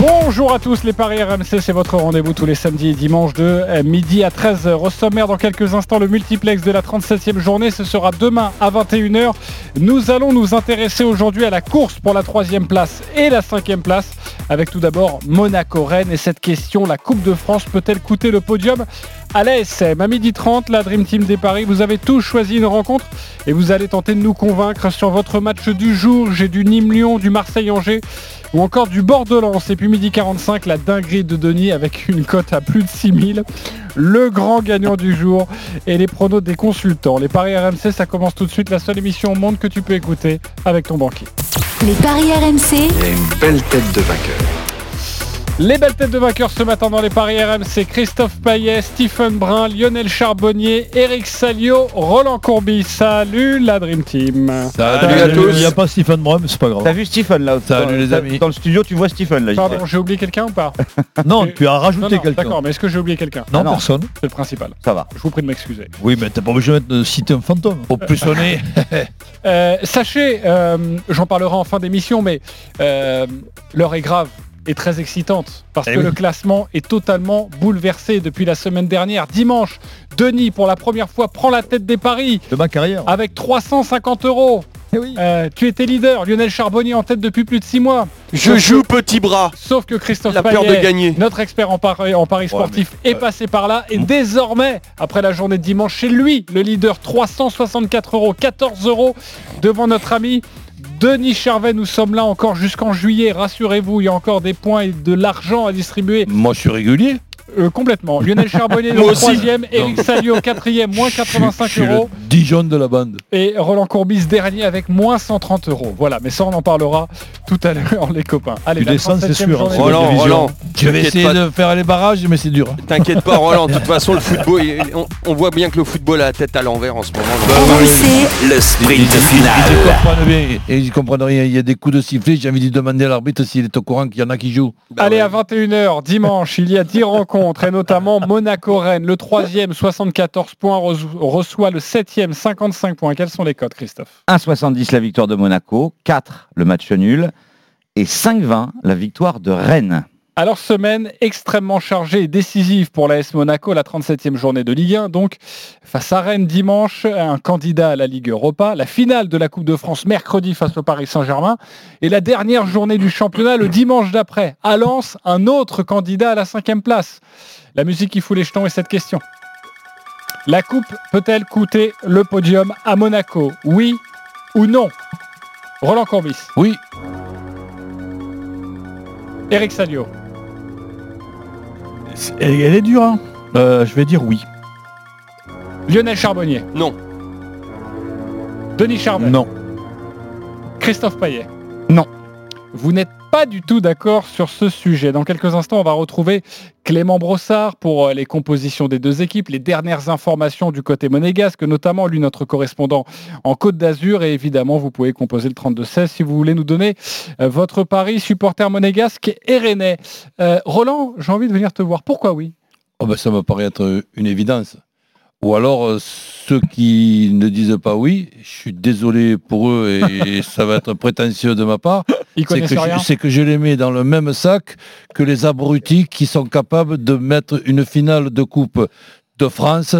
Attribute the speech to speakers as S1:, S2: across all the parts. S1: Bonjour à tous, les Paris RMC, c'est votre rendez-vous tous les samedis et dimanches de euh, midi à 13h. Au sommaire, dans quelques instants, le multiplex de la 37e journée, ce sera demain à 21h. Nous allons nous intéresser aujourd'hui à la course pour la troisième place et la cinquième place, avec tout d'abord Monaco-Rennes et cette question, la Coupe de France peut-elle coûter le podium à l'ASM à 12h30, la Dream Team des Paris, vous avez tous choisi une rencontre et vous allez tenter de nous convaincre sur votre match du jour. J'ai du Nîmes-Lyon, du Marseille-Angers ou encore du Bordeaux-Lens. Et puis midi 45, la dinguerie de Denis avec une cote à plus de 6000. Le grand gagnant du jour et les pronos des consultants. Les Paris RMC, ça commence tout de suite, la seule émission au monde que tu peux écouter avec ton banquier.
S2: Les Paris RMC,
S3: Il y a une belle tête de vainqueur.
S1: Les belles têtes de vainqueurs ce matin dans les paris RMC, Christophe Payet, Stephen Brun, Lionel Charbonnier, Eric Salio, Roland Courbis. Salut la Dream Team.
S4: Salut
S3: à tous.
S4: Il n'y a pas Stephen Brown, mais c'est pas grave.
S5: T'as vu Stephen là
S3: Salut,
S5: dans-
S3: les
S5: dans-
S3: amis.
S5: Dans le studio, tu vois Stephen là.
S1: Pardon, j'ai oublié quelqu'un ou pas
S4: Non, tu as
S1: Non,
S4: rajouté
S1: non,
S4: quelqu'un.
S1: D'accord,
S4: Non,
S1: mais est-ce que j'ai oublié quelqu'un
S5: Ah non.
S4: personne.
S1: C'est le principal.
S5: Ça va.
S1: Je vous prie de m'excuser.
S4: Oui, mais t'as pas obligé de mettre- de citer un fantôme.
S3: Au plus on est.
S1: Euh, sachez, euh, j'en parlerai en fin d'émission, mais euh, l'heure est grave et très excitante parce
S4: Eh
S1: que
S4: oui.
S1: le classement est totalement bouleversé depuis la semaine dernière. Dimanche, Denis, pour la première fois, prend la tête des paris
S4: De ma carrière.
S1: avec 350 euros.
S4: Eh oui.
S1: Euh, tu étais leader, Lionel Charbonnier en tête depuis plus de 6 mois.
S6: Je joue petit bras.
S1: Sauf que Christophe
S6: Il a peur
S1: Payet,
S6: de gagner.
S1: notre expert en, pari- en paris sportif, est passé par là. Et désormais, après la journée de dimanche, c'est lui le leader. 364 euros, 14 euros devant notre ami Denis Charvet. Nous sommes là encore jusqu'en juillet. Rassurez-vous, il y a encore des points et de l'argent à distribuer
S3: Moi, je suis régulier.
S1: euh, complètement. Lionel Charbonnier,
S6: Moi
S1: le
S6: aussi.
S1: troisième. Eric
S3: Non.
S1: Salio, quatrième, moins
S3: Je suis-
S1: 85
S3: je suis
S1: euros.
S3: le Dijon de la bande.
S1: Et Roland Courbis dernier avec moins 130 euros. Voilà, mais ça on en parlera tout à l'heure les copains. Allez,
S4: Tu
S1: la
S4: descends, c'est
S1: 37e
S4: sûr, hein.
S1: journée.
S4: C'est Voilà.
S6: Roland,
S4: division.
S6: Roland,
S3: Je vais
S6: oh T'inquiète
S3: essayer
S6: pas.
S3: de faire les barrages, mais c'est dur. hein.
S6: t'inquiète pas, Roland. De toute façon, le football, il- on, on voit bien que le football a la tête à l'envers en ce moment. donc. euh,
S2: RMC,
S7: Le sprint
S3: Ils
S7: final.
S3: comprennent bien. Et ils comprennent rien. Il y a des coups de sifflet. J'ai envie de demander à l'arbitre s'il est au courant qu'il y en a qui jouent.
S6: Bah
S1: Allez,
S6: ouais.
S1: à 21h, dimanche, il y a 10 rencontres, et notamment Monaco-Rennes. Le troisième, 74 points, reço- reçoit le septième, 55 points. Quels sont les codes, Christophe
S5: 1,70 la victoire de Monaco, 4 le match nul et 5,20 la victoire de Rennes.
S1: Alors, semaine extrêmement chargée et décisive pour l'AS Monaco, la 37e journée de Ligue 1. Donc, face à Rennes dimanche, un candidat à la Ligue Europa, la finale de la Coupe de France mercredi face au Paris Saint-Germain, et la dernière journée du championnat le dimanche d'après, à Lens, un autre candidat à la cinquième place. La musique qui fout les jetons est cette question. La coupe peut-elle coûter le podium à Monaco Oui ou non Roland Courbis,
S3: Oui.
S1: Eric Salio,
S4: C'est- Elle, elle est dure, hein. Euh, je vais dire oui.
S1: Lionel Charbonnier.
S6: Non.
S1: Denis Charbonnier.
S4: Non.
S1: Christophe Paillet
S5: Non.
S1: Vous n'êtes pas du tout d'accord sur ce sujet. Dans quelques instants, on va retrouver Clément Brossard pour euh, les compositions des deux équipes, les dernières informations du côté monégasque, notamment lui, notre correspondant en Côte d'Azur. Et évidemment, vous pouvez composer le 32-16 si vous voulez nous donner euh, votre pari supporter monégasque et rennais. Euh, Roland, j'ai envie de venir te voir. Pourquoi oui
S3: Oh ben, ça me paraît être une évidence. Ou alors, euh, ceux qui ne disent pas oui, je suis désolé pour eux et, et ça va être prétentieux de ma part.
S1: Ils
S3: C'est que,
S1: connaissent rien.
S3: je, c'est que je les mets dans le même sac que les abrutis qui sont capables de mettre une finale de Coupe de France,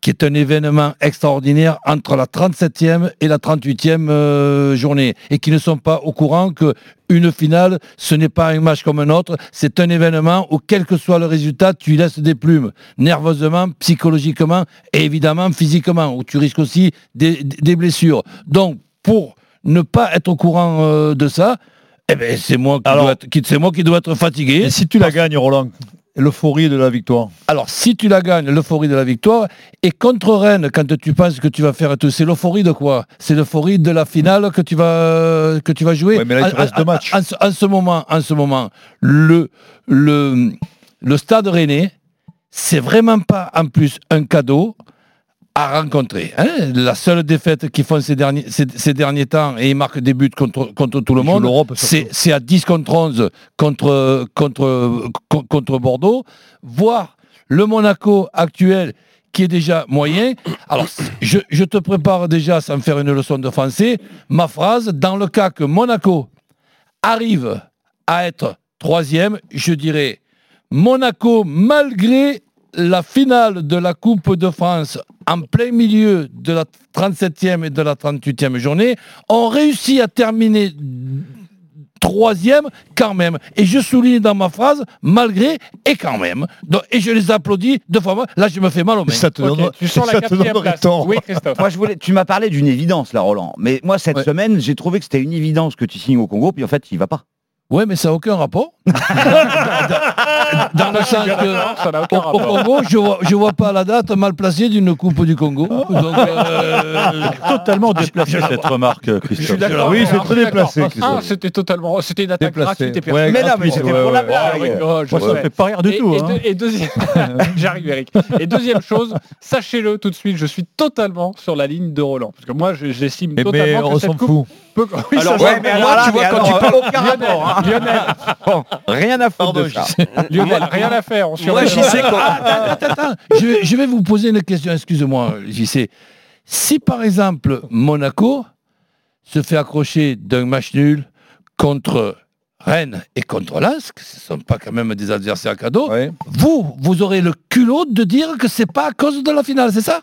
S3: qui est un événement extraordinaire entre la 37e et la 38e euh, journée, et qui ne sont pas au courant que une finale, ce n'est pas un match comme un autre, c'est un événement où quel que soit le résultat, tu y laisses des plumes, nerveusement, psychologiquement et évidemment physiquement, où tu risques aussi des, des blessures. Donc, pour ne pas être au courant euh, de ça, eh ben, c'est moi, qui
S4: Alors-
S3: dois être- qui- c'est moi qui dois être fatigué.
S4: Et si tu la gagnes, Roland L'euphorie de la victoire.
S3: Alors, si tu la gagnes, l'euphorie de la victoire, et contre Rennes, quand tu penses que tu vas faire tout, c'est l'euphorie de quoi C'est l'euphorie de la finale que tu vas, que tu vas jouer.
S4: Ouais, mais là, il te
S3: En-
S4: reste
S3: en-
S4: deux matchs.
S3: En, ce- en ce moment, en ce moment, le, le, le stade rennais, c'est vraiment pas en plus un cadeau à rencontrer. hein. la seule défaite qu'ils font ces derniers, ces, ces derniers temps, et ils marquent des buts contre, contre tout le
S4: Ils jouent
S3: monde,
S4: l'Europe,
S3: c'est
S4: surtout.
S3: c'est à 10 contre 11 contre, contre, contre Bordeaux. Voir le Monaco actuel qui est déjà moyen. Alors, je, je te prépare déjà, sans faire une leçon de français, ma phrase, dans le cas que Monaco arrive à être troisième, je dirais Monaco, malgré la finale de la Coupe de France en plein milieu de la 37e et de la 38e journée, ont réussi à terminer troisième quand même. Et je souligne dans ma phrase, malgré et quand même. Donc, et je les applaudis de fois. Là, je me fais mal aux mains.
S4: Ça te
S1: Ok,
S4: donne,
S1: tu sens la
S4: ça te
S1: quatrième
S4: donnerait
S1: place.
S4: tort.
S1: Oui, Christophe.
S5: Moi, je voulais. Tu m'as parlé d'une évidence, là, Roland. Mais moi, cette
S3: Ouais.
S5: semaine, j'ai trouvé que c'était une évidence que tu signes au Congo, puis en fait, il va pas.
S3: Ouais, mais ça n'a aucun rapport. dans le sens que...
S1: Ça n'a
S3: Au,
S1: aucun
S3: au
S1: rapport.
S3: Congo, je vois, je vois pas la date mal placée d'une Coupe du Congo. Donc, euh,
S4: Totalement déplacé cette remarque, Christophe.
S1: d'accord.
S4: Oui, c'est
S1: Alors,
S4: très
S1: je suis
S4: déplacé,
S1: d'accord. Ah,
S4: Christophe.
S1: c'était totalement. C'était une attaque
S4: Déplacé.
S1: gratuite et
S4: Ouais,
S1: personnelle.
S4: Mais non, gratuite, mais c'était ouais, pour la ouais.
S5: blague.
S1: rigole, je
S4: Moi, ça
S1: sais.
S4: me fait pas rire du
S1: et,
S4: tout.
S1: et
S4: hein.
S1: deux- et deuxième, j'arrive Eric. Et deuxième chose, sachez-le tout de suite, je suis totalement sur la ligne de Roland, parce que moi, je- j'estime
S4: Mais- Mais
S1: totalement
S4: Eh ben, on
S1: que cette
S4: s'en
S1: coupe
S4: fout.
S1: peut. Oui, ça,
S6: Alors,
S1: ça-
S6: ouais, mais alors là, mais alors, euh,
S5: aucun rapport. hein.
S1: Lionel,
S5: Rien à foutre
S4: Pardon,
S5: de ça.
S1: Lionel, rien à faire. On se
S6: Moi, j'y sais
S3: Ah,
S6: quoi.
S3: Attends, je, vais- je vais vous poser une question, excusez-moi, JC. Si par exemple Monaco se fait accrocher d'un match nul contre Rennes et contre Lens, que ce ne sont pas quand même des adversaires cadeaux,
S4: Ouais.
S3: vous, vous aurez le culot de dire que c'est pas à cause de la finale, c'est ça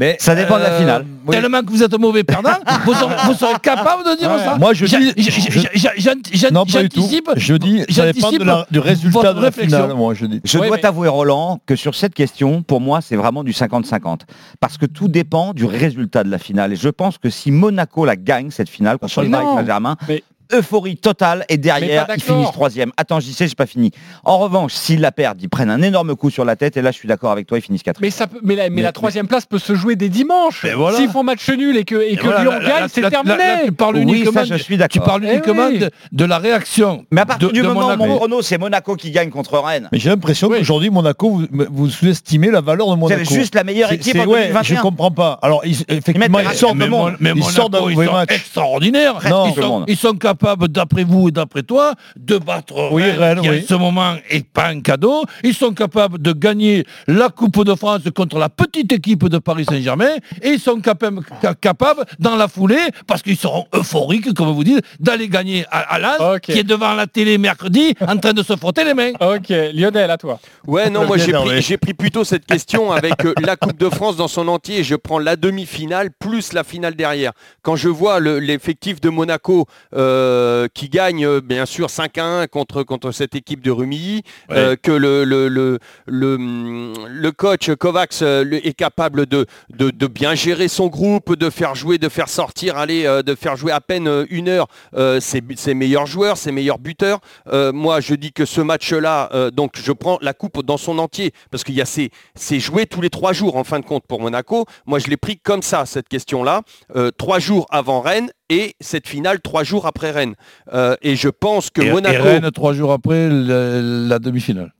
S4: Mais euh,
S5: Ça dépend de la finale.
S3: Tellement que vous êtes mauvais perdant, vous, serez, vous serez capable de dire
S4: Ouais.
S3: ça
S4: Moi, je
S3: J'a-
S4: dis-
S3: j'a- j'a- j'a- j'a- j'a-
S4: Non, pas du tout.
S3: j'anticipe-
S4: Je dis, ça dépend de la-
S3: j'anticipe
S4: du résultat
S3: votre
S4: de la
S3: réflexion.
S4: finale, moi, je dis.
S5: Je
S1: Ouais,
S5: dois
S1: mais-
S5: t'avouer, Roland, que sur cette question, pour moi, c'est vraiment du 50-50. Parce que tout dépend du résultat de la finale. Et je pense que si Monaco la gagne, cette finale, contre
S1: Mais
S5: le Paris
S1: non.
S5: Saint-Germain,
S1: Mais-
S5: euphorie totale, et derrière,
S1: pas
S5: ils
S1: d'accord.
S5: finissent troisième. Attends, j'y sais, j'ai pas fini. En revanche, s'ils la perdent, ils prennent un énorme coup sur la tête, et là, je suis d'accord avec toi, ils finissent quatrième.
S1: Mais, ça peut- mais, la, mais
S5: Mais-
S1: la troisième place peut se jouer dès dimanche.
S3: Mais voilà.
S1: S'ils font match nul et que, et que
S3: voilà,
S1: Lyon
S3: là, là,
S1: gagne,
S3: là,
S1: c'est
S3: là, là,
S1: terminé.
S3: là, tu parles
S5: Oui,
S3: uniquement
S5: ça, je
S3: de-
S5: suis
S3: Tu
S5: d'accord.
S3: parles
S1: Eh
S3: uniquement
S1: oui.
S3: de, de la réaction.
S5: Mais à partir
S3: de-
S5: du
S3: de
S5: moment où mon
S3: Monaco.
S5: chrono, c'est Monaco qui gagne contre Rennes.
S4: Mais j'ai l'impression
S1: Oui.
S4: qu'aujourd'hui, Monaco, vous, vous sous-estimez la valeur de Monaco.
S5: C'est juste la meilleure
S4: C'est-
S5: équipe
S4: c'est-
S5: en
S4: ouais,
S5: 2021.
S4: je comprends pas. Alors, ils- effectivement,
S5: mettent-
S4: ils sortent
S3: mais
S4: de
S3: mon-
S4: monde.
S3: mais
S4: Ils
S3: Monaco,
S4: sortent d'un
S3: ils
S4: mauvais
S3: sont
S4: match.
S3: extraordinaires.
S4: Non.
S3: Ils,
S5: tout le
S3: sont,
S5: monde.
S3: ils sont capables, d'après vous et d'après toi, de battre
S4: Oui, Rennes,
S3: qui
S4: oui.
S3: en ce moment est pas un cadeau. Ils sont capables de gagner la Coupe de France contre la petite équipe de Paris Saint-Germain. Et ils sont capables, ca- capables, dans la foulée, parce qu'ils seront euphoriques, comme vous dites, d'aller gagner à, à Lens,
S1: Ok.
S3: qui est devant la télé mercredi, en train de se frotter les mains.
S1: Ok, Lionel, à toi.
S6: Ouais, non,
S4: Je
S6: moi
S4: viens
S6: j'ai
S4: d'énerver.
S6: pris, j'ai pris plutôt cette question avec euh, la Coupe de France dans son entier. Je prends la demi-finale plus la finale derrière. Quand je vois le- l'effectif de Monaco euh, qui gagne euh, bien sûr 5-1 contre, contre cette équipe de Rumilly, euh, que le, le, le, le, hum, le coach Kovacs euh, le- est capable de, de, de bien gérer son groupe, de faire jouer, de faire sortir, aller, euh, de faire jouer à peine euh, une heure euh, ses, ses meilleurs joueurs, ses meilleurs buteurs. Euh, moi, je dis que ce match-là, euh, donc je prends la coupe dans son entier, parce qu'il y a ces, ces joués tous les trois jours, en fin de compte, pour Monaco. Moi, je l'ai pris comme ça, cette question-là, euh, trois jours avant Rennes et cette finale trois jours après Rennes. Euh, et je pense que
S3: Et- et
S6: Monaco...
S3: Rennes, trois jours après, le- la demi-finale.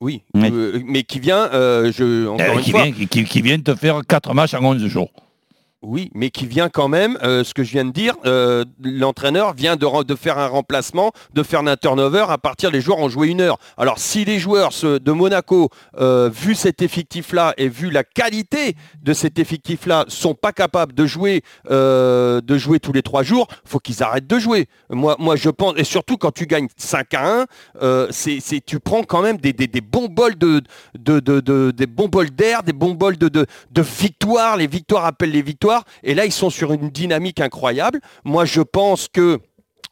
S6: Oui,
S5: Oui.
S6: euh, mais qui vient, euh, je, encore
S3: Euh,
S6: une
S3: qui,
S6: fois,
S3: vient, qui- qui- qui vient te faire 4 matchs en 11 jours.
S6: Oui, mais qui vient quand même, euh, ce que je viens de dire, euh, l'entraîneur vient de, re- de faire un remplacement, de faire un turnover à partir des joueurs ont joué une heure. Alors si les joueurs ceux de Monaco, euh, vu cet effectif-là et vu la qualité de cet effectif-là, sont pas capables de jouer, euh, de jouer tous les trois jours, faut qu'ils arrêtent de jouer. Moi, moi je pense, et surtout quand tu gagnes 5 à 1, euh, c'est, c'est- tu prends quand même des, des- des bons bols de, de, de- de- des bons bols d'air, des bons bols de, de, de victoires. Les victoires appellent les victoires. Et là, ils sont sur une dynamique incroyable. Moi, je pense que,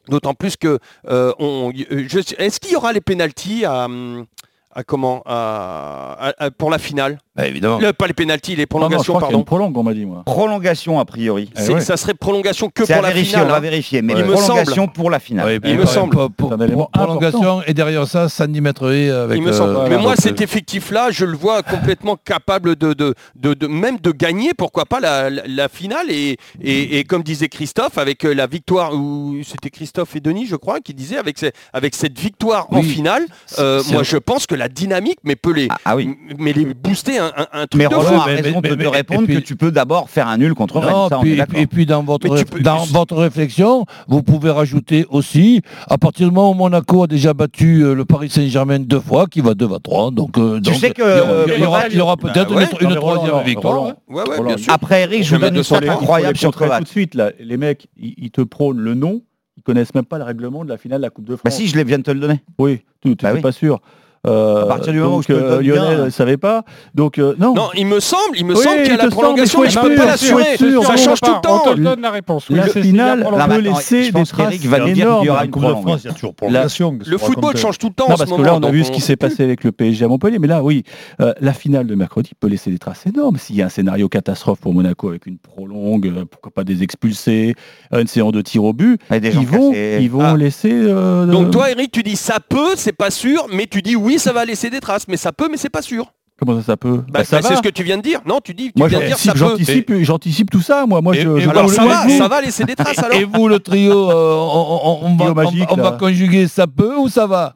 S6: d'autant plus que, euh, on, euh, je- est-ce qu'il y aura les pénalties à, hum, à comment à- à- à- pour la finale
S3: Bah, évidemment.
S6: Le- Pas les pénalties,
S4: Non,
S6: les
S4: non, je
S6: prolongations,
S4: crois qu'il y a
S6: pardon.
S4: une prolongue, on m'a dit, moi.
S5: Prolongation, a priori.
S4: Eh
S6: C'est-
S4: ouais.
S6: Ça serait prolongation que
S5: C'est
S6: pour
S5: à
S6: la
S5: vérifier,
S6: finale.
S5: on va
S6: hein.
S5: vérifier. Mais
S6: Il me
S5: prolongation pour la finale.
S3: Ouais, et puis,
S6: Il me
S3: euh,
S6: semble.
S3: po- po-
S4: C'est un élément
S3: prolongation et derrière ça, Sandy Maître avec.
S6: Il me
S3: euh,
S6: semble.
S3: voilà,
S6: Mais moi,
S3: donc,
S6: cet effectif-là, je le vois complètement capable de, de, de, de- même de gagner, pourquoi pas, la, la- la finale. Et, et, et comme disait Christophe, avec euh, la victoire, où c'était Christophe et Denis, je crois, qui disaient, avec, ce- avec cette victoire en
S3: Oui.
S6: finale,
S3: C'est-
S6: euh,
S3: c'est
S6: moi,
S3: vrai.
S6: je pense que la dynamique, mais peut les,
S5: Ah, ah oui.
S6: mais les booster un, un- un truc
S5: Mais
S6: de
S5: Roland
S6: fou.
S5: a raison de te répondre que tu peux d'abord faire un nul contre Rennes.
S3: Non,
S5: ça, on est
S3: puis- et,
S5: d'accord.
S3: puis, dans, votre,
S6: Mais tu
S3: réf-
S6: peux-
S3: dans votre réflexion, vous pouvez rajouter aussi, à partir du moment où Monaco a déjà battu euh, le Paris Saint-Germain deux fois, qui va 2 à 3, donc, euh,
S5: Tu
S3: donc,
S5: sais que,
S3: il y aura-
S5: euh,
S3: il y aura, il y aura
S6: Bah
S3: peut-être une-
S6: ouais,
S3: une,
S4: non, mais Roland,
S3: troisième
S4: Roland,
S3: victoire.
S4: Roland.
S6: Ah Ouais, ouais,
S4: Roland,
S6: bien
S4: il-
S6: sûr.
S5: Après Eric, je vous
S6: Je mets
S5: donne une
S6: 200
S5: stat
S6: euros.
S5: incroyable sur Kovac.
S8: tout de suite, là. Les mecs, ils, ils te prônent le nom, ils connaissent même pas le règlement de la finale de la Coupe de France.
S5: Bah si, je les viens de te le donner.
S8: Oui, tu n'es
S5: Bah oui.
S8: pas sûr. Euh,
S5: À partir du moment
S8: donc,
S5: où je te le
S8: euh,
S5: donne
S8: Lionel
S5: bien.
S8: ne savait pas. Donc, euh, non.
S6: Non, il me semble, il me
S8: Oui,
S6: semble qu'il y a
S8: il te
S6: la
S8: semble,
S6: prolongation,
S8: mais
S6: mais je
S8: faut
S6: peux
S8: être
S6: pas
S8: sûr,
S6: l'assurer.
S8: faut être sûr.
S6: Ça change tout le
S1: On te
S6: temps.
S1: le donne la réponse. Oui,
S8: la
S1: c'est-
S8: finale,
S1: Roland.
S8: on
S5: Là,
S8: peut
S5: maintenant, je
S8: laisser des
S5: pense qu'Éric
S8: traces
S5: va dire qu'il y aura
S8: énormes.
S5: une
S4: Coupe de
S5: prolongation.
S4: France, il y a toujours prolongation.
S6: Le football change tout le temps
S8: Non,
S6: en ce
S8: parce
S6: moment.
S8: que là, on a
S6: donc
S8: vu ce qui s'est passé avec le PSG à Montpellier. Mais là, oui, euh, la finale de mercredi peut laisser des traces énormes. S'il y a un scénario catastrophe pour Monaco avec une prolongue, euh, pourquoi pas des expulsés, une séance de tir au but,
S5: Et des gens
S8: ils vont,
S5: cassés.
S8: ils vont
S6: Ah.
S8: laisser. euh,
S6: Donc toi, Eric, tu dis ça peut, c'est pas sûr, mais tu dis oui, ça va laisser des traces, mais ça peut, mais c'est pas sûr.
S8: Comment ça, ça peut
S6: Bah,
S8: Bah, ça
S6: bah,
S8: va.
S6: c'est ce que tu viens de dire. Non, tu dis, tu
S8: Moi,
S6: viens de dire ça
S8: j'anticipe-
S6: peut.
S8: j'anticipe j'anticipe tout ça. Moi, moi,
S3: Et-
S8: je,
S3: et
S8: je-
S3: vous-
S6: Alors ça
S3: moi,
S6: va,
S3: vous-
S6: ça va laisser des traces alors.
S3: Et vous, le trio, euh, on, on- on va,
S8: Trio magique,
S3: on- on va
S8: là.
S3: conjuguer ça peut ou ça va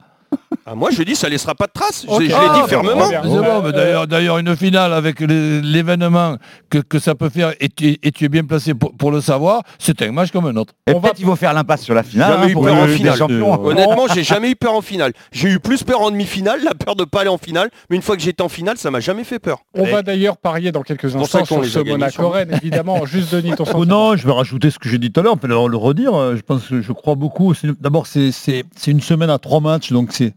S6: Ah, moi, je dis ça laissera pas de traces. Je-
S1: Ok.
S6: Je,
S1: Ah,
S6: l'ai
S1: bah,
S6: dit fermement.
S3: C'est
S1: bien.
S3: bon,
S1: Euh,
S3: mais d'ailleurs, d'ailleurs, une finale avec les- l'événement que, que ça peut faire, et tu, et tu es bien placé pour, pour le savoir, c'est un match comme un autre.
S5: Et
S1: On va-
S5: peut-être ils vont faire l'impasse sur la finale. hein,
S6: Jamais eu
S5: pour
S6: peur
S5: la
S6: en
S5: Ligue des
S6: finale. Euh,
S5: Champions.
S6: Honnêtement, j'ai jamais eu peur en finale. J'ai eu plus peur en demi-finale, la peur de pas aller en finale. Mais une fois que j'étais en finale, ça m'a jamais fait peur.
S1: On va d'ailleurs parier dans quelques
S6: Eh. pour
S1: instants
S6: ça qu'on
S1: sur
S6: les
S1: ce
S6: a gagnés,
S1: Monaco-Rennes, évidemment. Juste Denis, ton
S4: Oh
S1: sentiment.
S4: non, je vais rajouter ce que j'ai dit tout à l'heure, on peut le le redire. euh, Je pense que je crois beaucoup. C'est- D'abord, c'est- c'est c'est une semaine à trois matchs, donc c'est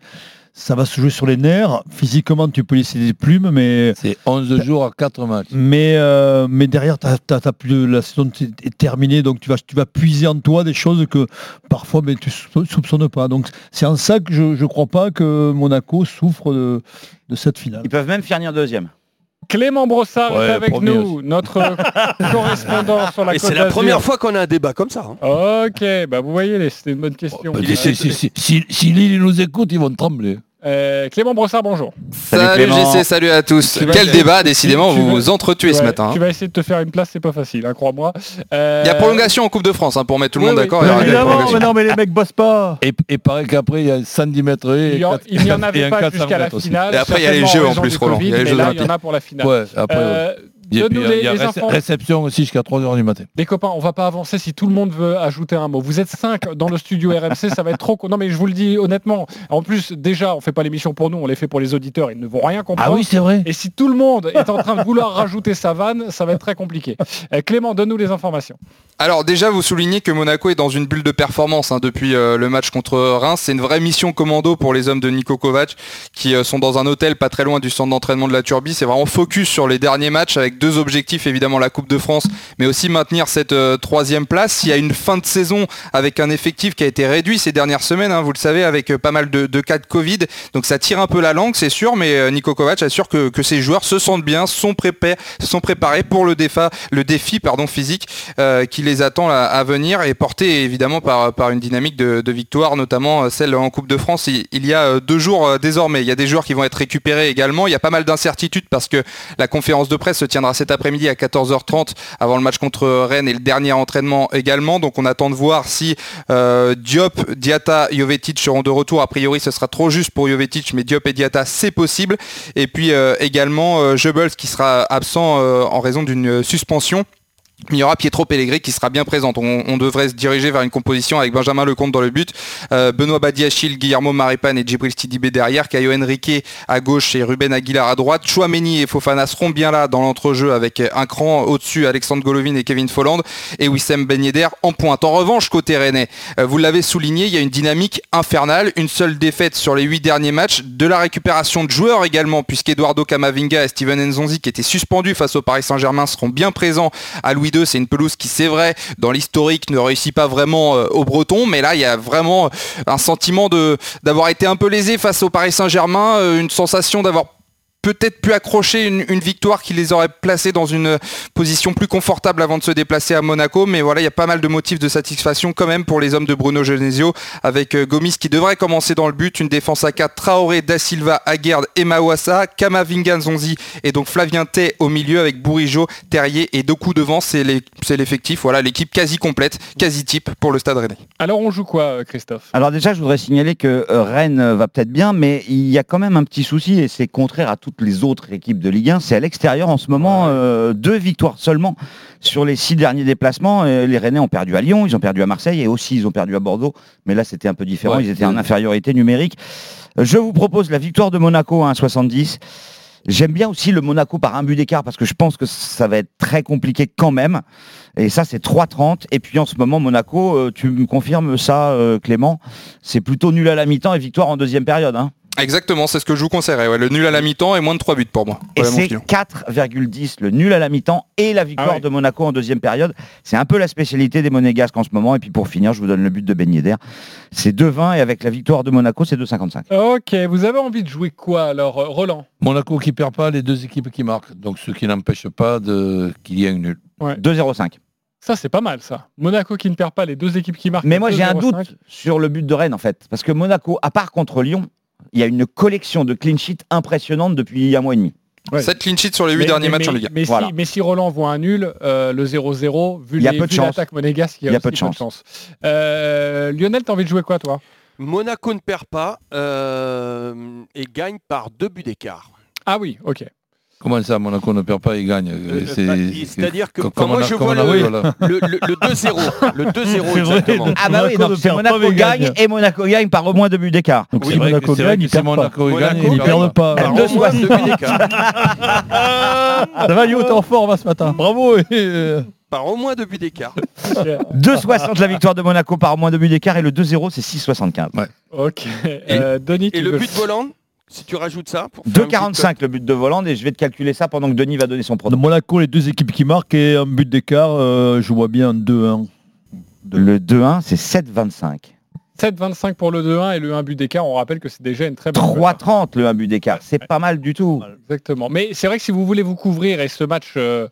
S4: ça va se jouer sur les nerfs. Physiquement, tu peux laisser des plumes, mais
S3: C'est 11 jours à 4 matchs.
S4: mais euh, mais derrière, t'as- t'as- t'as plus de- la saison est est terminée, donc tu vas tu vas puiser en toi des choses que parfois mais tu sou- soupçonnes pas. Donc c'est en ça que je je crois pas que Monaco souffre de de cette finale.
S5: Ils peuvent même finir deuxième.
S1: Clément Brossard est
S3: Ouais,
S1: avec
S3: premier
S1: nous, notre correspondant sur la
S6: Et
S1: Côte
S6: c'est la
S1: d'Azur.
S6: première fois qu'on a un débat comme ça. hein.
S1: Ok, bah vous voyez, les- c'était une bonne question.
S3: Bah,
S6: il
S3: si,
S6: était-
S3: si, si, si- si Lille nous écoute, ils vont trembler.
S1: Euh, Clément Brossard, bonjour.
S9: Salut
S5: Clément.
S9: GC, salut à tous.
S1: Tu vas-
S9: Quel débat, décidément,
S1: tu
S9: vous
S1: vas-
S9: vous entretuez ce
S1: Ouais,
S9: matin. hein.
S1: Tu vas essayer de te faire une place, c'est pas facile, hein, crois-moi. Euh,
S9: Il y a prolongation en Coupe de France, hein, pour mettre tout le
S1: oui,
S9: monde
S1: oui.
S9: d'accord. il
S1: Oui,
S9: y aura de la
S8: Évidemment,
S9: prolongation.
S8: mais non, mais les mecs bossent pas.
S3: Et, et paraît qu'après, il y a 110 mètres et,
S1: Il y en-
S3: quatre-
S1: il n'y en
S3: et
S1: avait
S3: un
S1: pas
S3: 400
S1: jusqu'à la
S3: mètres aussi.
S1: finale.
S9: Et après, il y a les
S1: certainement
S9: Jeux en
S1: raison
S9: plus,
S1: du
S9: Roland. Il y a les
S1: mais
S9: Jeux
S1: là, il y en
S9: Olympiques.
S1: a pour la finale.
S3: Ouais, après, ouais.
S1: Euh,
S3: Et puis,
S1: Donne-nous
S3: il y a-
S1: les,
S3: il y a
S1: les
S3: réce-
S1: infos.
S3: réception aussi jusqu'à 3h du matin.
S1: Les copains, on va pas avancer si tout le monde veut ajouter un mot. Vous êtes cinq dans le studio RMC, ça va être trop. con- Non mais je vous le dis honnêtement. En plus, déjà, on fait pas l'émission pour nous, on les fait pour les auditeurs. Ils ne vont rien
S5: Ah
S1: comprendre.
S3: c'est vrai
S1: Et si tout le monde est en train de vouloir rajouter sa vanne, ça va être très compliqué. Euh, Clément, donne-nous les informations.
S9: Alors déjà, vous soulignez que Monaco est dans une bulle de performance hein, depuis euh, le match contre Reims. C'est une vraie mission commando pour les hommes de Niko Kovac qui euh, sont dans un hôtel pas très loin du centre d'entraînement de la Turbie. C'est vraiment focus sur les derniers matchs avec deux objectifs, évidemment la Coupe de France, mais aussi maintenir cette euh, troisième place. Il y a une fin de saison avec un effectif qui a été réduit ces dernières semaines, hein, vous le savez, avec euh, pas mal de, de cas de Covid. Donc ça tire un peu la langue, c'est sûr, mais euh, Niko Kovac assure que, que ses joueurs se sentent bien, sont, prépa- sont préparés pour le, défa- le défi pardon, physique euh, qui les attend là, à venir et porté évidemment par, par une dynamique de, de victoire, notamment euh, celle en Coupe de France il, il y a euh, deux jours euh, désormais. Il y a des joueurs qui vont être récupérés également. Il y a pas mal d'incertitudes parce que la conférence de presse se tiendra cet après-midi à 14h30 avant le match contre Rennes et le dernier entraînement également. Donc on attend de voir si euh, Diop, Diata, Jovetic seront de retour. A priori ce sera trop juste pour Jovetic, mais Diop et Diata c'est possible. Et puis euh, également euh, Goebbels qui sera absent euh, en raison d'une suspension. Mais Il y aura Pietro Pellegrini qui sera bien présent. On, on devrait se diriger vers une composition avec Benjamin Lecomte dans le but, euh, Benoît Badiachil, Guillermo Maripane et Djibril Tidibé derrière, Caio Henrique à gauche et Ruben Aguilar à droite. Chouameni et Fofana seront bien là dans l'entrejeu avec un cran au-dessus Alexandre Golovin et Kevin Folland et Wissem Ben Yedder en pointe. En revanche, côté rennais, euh, vous l'avez souligné, il y a une dynamique infernale, une seule défaite sur les huit derniers matchs, de la récupération de joueurs également, puisqu'Eduardo Camavinga et Steven Nzonzi qui étaient suspendus face au Paris Saint-Germain seront bien présents à Louis II. C'est une pelouse qui, c'est vrai, dans l'historique ne réussit pas vraiment euh, aux Bretons, mais là, il y a vraiment euh, un sentiment de d'avoir été un peu lésé face au Paris Saint-Germain, euh, une sensation d'avoir peut-être pu accrocher une, une victoire qui les aurait placés dans une position plus confortable avant de se déplacer à Monaco. Mais voilà, il y a pas mal de motifs de satisfaction quand même pour les hommes de Bruno Genesio, avec euh, Gomis qui devrait commencer dans le but, une défense à 4, Traoré, Da Silva, Aguerd et Mawassa, Kamavinga, Zonzi et donc Flavien Tay au milieu avec Bourigeau, Terrier et Doku devant. C'est les- c'est l'effectif, voilà, l'équipe quasi complète, quasi type pour le Stade Rennais.
S1: Alors on joue quoi, euh, Christophe
S5: Alors déjà, je voudrais signaler que euh, Rennes euh, va peut-être bien, mais il y a quand même un petit souci, et c'est contraire à tout toutes les autres équipes de Ligue 1, c'est à l'extérieur en ce moment. euh, deux victoires seulement sur les six derniers déplacements. Euh, les Rennais ont perdu à Lyon, ils ont perdu à Marseille et aussi ils ont perdu à Bordeaux. Mais là, c'était un peu différent.
S9: Ouais.
S5: ils étaient en infériorité numérique. Euh, Je vous propose la victoire de Monaco hein, à 1,70. J'aime bien aussi le Monaco par un but d'écart parce que je pense que ça va être très compliqué quand même. Et ça, c'est 3,30. Et puis en ce moment, Monaco, euh, tu me confirmes ça, euh, Clément C'est plutôt nul à la mi-temps et victoire en deuxième période. hein.
S9: Exactement, c'est ce que je vous conseillerais. ouais. Le nul à la mi-temps et moins de 3 buts pour moi.
S5: Et
S9: Voilà mon
S5: c'est
S9: client.
S5: 4,10 le nul à la mi-temps et la victoire
S1: Ah ouais.
S5: de Monaco en deuxième période. C'est un peu la spécialité des Monégasques en ce moment. Et puis pour finir, je vous donne le but de Ben Yedder. C'est 2,20 et avec la victoire de Monaco, c'est 2,55.
S1: Ok, vous avez envie de jouer quoi alors, euh, Roland
S3: Monaco qui perd pas, les deux équipes qui marquent. Donc ce qui n'empêche pas de... qu'il y ait un nul.
S5: 2,05.
S1: Ça, c'est pas mal, ça. Monaco qui ne perd pas, les deux équipes qui marquent.
S5: Mais moi, j'ai un
S1: 2,05.
S5: doute sur le but de Rennes, en fait. Parce que Monaco, à part contre Lyon, il y a une collection de clean sheets impressionnante depuis un mois et demi.
S1: Ouais.
S9: 7 clean sheets sur les 8
S1: Mais-
S9: derniers
S1: mais-
S9: matchs en
S1: mais-
S9: Ligue 1.
S1: Mais, si-
S5: Voilà.
S1: mais si Roland voit un nul, euh, le 0-0, vu
S5: Il y a
S1: les-
S5: peu de
S1: vu
S5: chance.
S1: l'attaque monégasque, il y a, aussi peu de chance. Euh, Lionel, t'as envie de jouer quoi, toi
S6: Monaco ne perd pas euh, et gagne par deux buts d'écart.
S1: Ah oui, ok.
S3: Comment ça, Monaco ne perd pas, il gagne
S6: Euh,
S3: C'est-
S6: bah, il- C'est-à-dire que
S3: co-
S6: quand
S3: comme
S6: moi
S3: on a-
S6: je
S3: comme
S6: vois
S3: on a-
S6: le,
S3: voilà.
S6: le, le- le 2-0, le 2-0
S4: C'est vrai,
S6: exactement.
S5: Ah bah oui,
S4: Monaco
S5: donc
S4: ne
S5: c'est
S4: perd
S5: Monaco
S4: pas, mais
S5: gagne
S4: gagne.
S5: et Monaco gagne par au moins deux buts d'écart.
S4: Donc
S3: Oui,
S4: si
S3: c'est vrai
S4: Monaco
S3: que- c'est vrai
S4: gagne,
S3: que
S4: ils
S3: si
S4: perdent pas.
S3: Monaco il gagne,
S6: Monaco,
S4: Ils perdent pas.
S6: Par
S5: Deux
S6: au moins deux buts d'écart.
S4: Ça va, Yo, t'es en forme hein, ce matin. Bravo. et, euh,
S6: Par au moins deux buts d'écart.
S5: 2,60 la victoire de Monaco par au moins deux buts d'écart et le 2-0 c'est 6,75.
S1: Ok. Euh, Denis,
S6: Et
S1: tu
S6: le
S1: veux-
S6: but de Hollande, si tu rajoutes ça. pour faire un petit-
S5: 2,45 le but de Voland et je vais te calculer ça pendant que Denis va donner son
S4: de
S5: pronostic.
S4: Monaco, les deux équipes qui marquent et un but d'écart, euh, je vois bien un 2-1.
S5: Le 2-1 c'est 7,25.
S1: 7-25 pour le 2-1 et le 1 but d'écart, on rappelle que c'est déjà une très bonne cote.
S5: 3,30 le 1 but d'écart, c'est pas mal du tout.
S1: Exactement. Mais c'est vrai que si vous voulez vous couvrir et ce match euh,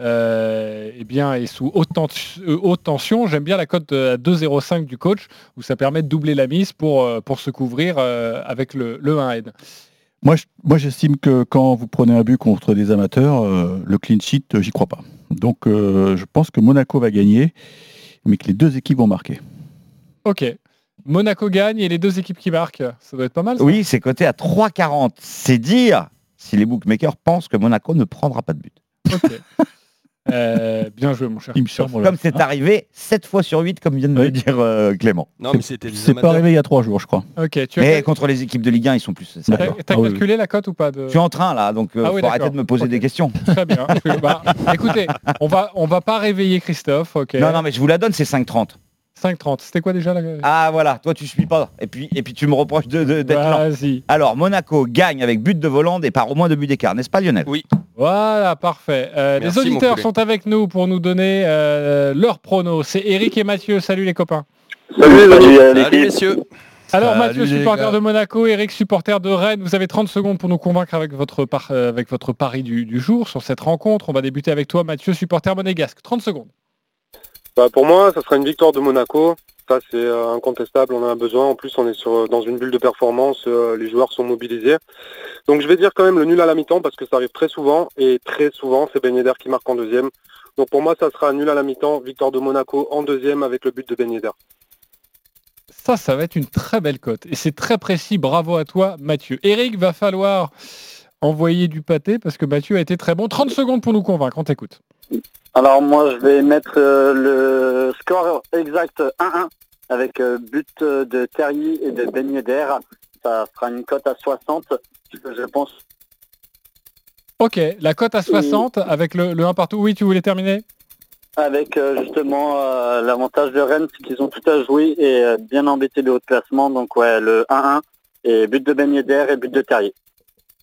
S1: euh, eh bien, est sous haute, tens- euh, haute tension, j'aime bien la cote euh, de 2,05 du coach où ça permet de doubler la mise pour, euh, pour se couvrir euh, avec le, le 1N.
S8: Moi, je- moi, j'estime que quand vous prenez un but contre des amateurs, euh, le clean sheet, euh, j'y crois pas. Donc, euh, je pense que Monaco va gagner, mais que les deux équipes vont marquer.
S1: Ok. Monaco gagne et les deux équipes qui marquent, ça doit être pas mal. ça.
S5: Oui, c'est coté à 3,40. C'est dire si les bookmakers pensent que Monaco ne prendra pas de but.
S1: Ok. Euh, bien joué mon cher.
S8: Il me semble. Hein
S5: Comme c'est arrivé 7 fois sur 8, comme vient de le dire euh, Clément.
S6: Non, mais c'était des
S8: C'est pas
S6: amateurs.
S8: arrivé il y a trois jours, je crois.
S1: Ok, tu as,
S5: Mais contre les équipes de Ligue 1, ils sont plus.
S1: t'as-
S5: sérieux.
S1: t'as
S8: Ah oui,
S1: calculé la cote ou pas de...
S5: Je suis en train là, donc euh,
S1: Ah oui,
S5: faut arrêter
S1: d'accord.
S5: de me poser
S1: Ok.
S5: des questions.
S1: Très bien. Bah, écoutez, on va on va pas réveiller Christophe. Ok.
S5: Non, non, mais je vous la donne, c'est 5,30.
S1: 5-30. C'était quoi déjà la
S5: Ah voilà, toi tu suis pas. Et puis, et puis tu me reproches de- de- d'être lent.
S1: Vas-y.
S5: Alors Monaco gagne avec but de Volande et par au moins deux buts d'écart, n'est-ce pas Lionel
S6: Oui.
S1: Voilà, parfait. Euh,
S6: Merci,
S1: les
S6: mon
S1: auditeurs
S6: poulet.
S1: sont avec nous pour nous donner euh, leur prono. C'est Eric et Mathieu. Salut les copains.
S10: Salut,
S6: Allez, messieurs.
S1: Alors
S3: Salut,
S1: Mathieu,
S3: les
S1: supporter
S3: gars.
S1: de Monaco, Eric, supporter de Rennes, vous avez 30 secondes pour nous convaincre avec votre, par- euh, avec votre pari du, du jour sur cette rencontre. On va débuter avec toi, Mathieu, supporter monégasque. 30 secondes.
S10: Bah, pour moi, ça sera une victoire de Monaco. Ça, c'est euh, incontestable. On en a besoin. En plus, on est sur, dans une bulle de performance. euh, les joueurs sont mobilisés. Donc, je vais dire quand même le nul à la mi-temps parce que ça arrive très souvent. Et très souvent, c'est Ben Yedder qui marque en deuxième. Donc, pour moi, ça sera nul à la mi-temps. Victoire de Monaco en deuxième avec le but de Ben Yedder.
S1: Ça, ça va être une très belle cote. Et c'est très précis. Bravo à toi, Mathieu. Eric, va falloir envoyer du pâté parce que Mathieu a été très bon. 30 secondes pour nous convaincre. On t'écoute.
S10: Alors, moi, je vais mettre euh, le score exact 1-1 avec euh, but de Terry et de Ben Yedder. Ça sera une cote à 60. Je pense
S1: Ok, la cote à 60 avec le, le 1 partout. Oui, tu voulais terminer
S10: Avec euh, justement euh, l'avantage de Rennes, c'est qu'ils ont tout à jouer et euh, bien embêté le haut de classement. Donc ouais, le 1-1 et but de Ben Yedder et but de Terrier.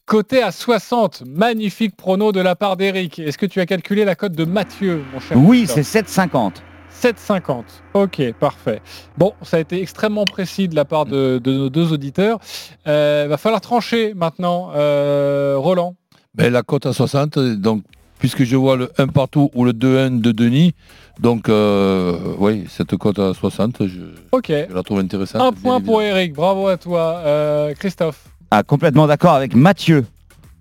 S1: Côté à 60, magnifique prono de la part d'Eric. Est-ce que tu as calculé la cote de Mathieu, mon cher
S5: Oui, c'est
S1: Christophe
S5: 7,50.
S1: 7,50. Ok, parfait. Bon, ça a été extrêmement précis de la part de, de nos deux auditeurs. Euh, va falloir trancher maintenant, euh, Roland.
S3: Ben, la cote à 60, donc puisque je vois le 1 partout ou le 2-1 de Denis, donc euh, oui, cette cote à 60, je,
S1: Ok,
S3: je la trouve intéressante.
S1: un
S3: bien
S1: point pour
S3: évidemment.
S1: Eric. Bravo à toi, Euh, Christophe.
S5: Ah, complètement d'accord avec Mathieu.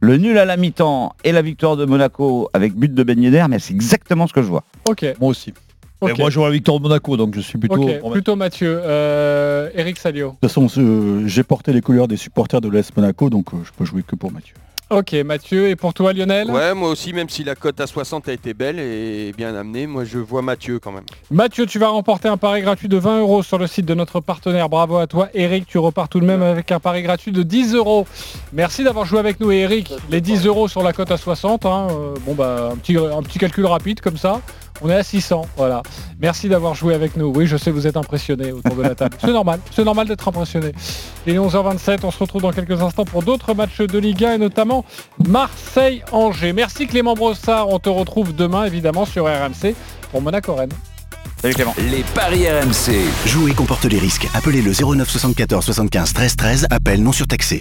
S5: Le nul à la mi-temps et la victoire de Monaco avec but de Ben Yedder, mais c'est exactement ce que je vois.
S1: Ok.
S4: Moi aussi.
S1: Ok.
S4: Et moi, je vois la victoire de Monaco, donc je suis plutôt.
S1: Ok,
S4: pour-
S1: plutôt Mathieu. Euh, Eric Salio.
S8: De toute façon, euh, j'ai porté les couleurs des supporters de l'AS Monaco, donc euh, je peux jouer que pour Mathieu.
S1: Ok, Mathieu, et pour toi, Lionel
S6: Ouais, moi aussi, même si la cote à 60 a été belle et bien amenée, moi je vois Mathieu quand même.
S1: Mathieu, tu vas remporter un pari gratuit de 20 euros sur le site de notre partenaire. Bravo à toi, Eric. Tu repars tout de même avec un pari gratuit de 10 euros. Merci d'avoir joué avec nous, Eric. Les 10 euros sur la cote à 60. hein, euh, bon, bah, un petit, un petit calcul rapide comme ça. On est à 600, voilà. Merci d'avoir joué avec nous. Oui, je sais, vous êtes impressionnés autour de la table. C'est normal, c'est normal d'être impressionné. Il est 11h27, on se retrouve dans quelques instants pour d'autres matchs de Ligue 1 et notamment Marseille-Angers. Merci Clément Brossard, on te retrouve demain évidemment sur RMC pour Monaco-Rennes.
S5: Salut Clément.
S7: Les paris RMC.
S11: Jouer comporte les risques. Appelez le 09 74 75 13 13. Appel non surtaxé.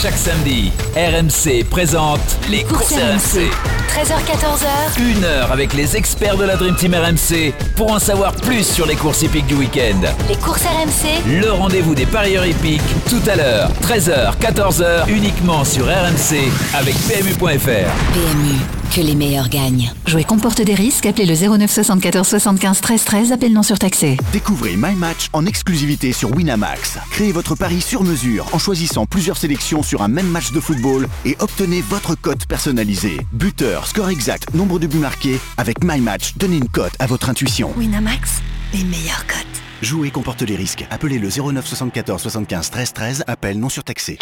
S7: Chaque samedi, RMC présente les courses RMC.
S2: 13h14h,
S7: Une heure avec les experts de la Dream Team RMC pour en savoir plus sur les courses hippiques du week-end.
S2: les courses RMC,
S7: Le rendez-vous des parieurs hippiques tout à l'heure, 13h, 14h, uniquement sur RMC avec PMU.fr.
S2: PMU, que les meilleurs gagnent. Jouer comporte des risques, appelez le 09 74 75 13 13, appel non surtaxé.
S11: Découvrez My Match en exclusivité sur Winamax. Créez votre pari sur mesure en choisissant plusieurs sélections sur un même match de football et obtenez votre cote personnalisée. Buteur, score exact, nombre de buts marqués. Avec My Match, donnez une cote à votre intuition.
S2: Winamax, les meilleurs cotes.
S11: Jouer comporte les risques. Appelez le 09 74 75 13 13. Appel non surtaxé.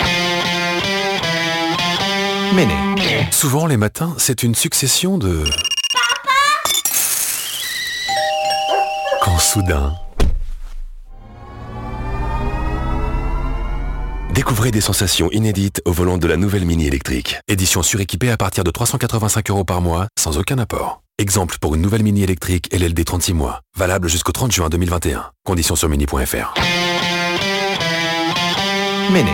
S12: Méné. Souvent les matins, c'est une succession de... Papa Quand soudain... Découvrez des sensations inédites au volant de la nouvelle Mini électrique. Édition suréquipée à partir de 385 euros par mois, sans aucun apport. Exemple pour une nouvelle Mini électrique LLD 36 mois, valable jusqu'au 30 juin 2021. Conditions sur mini.fr. Méné.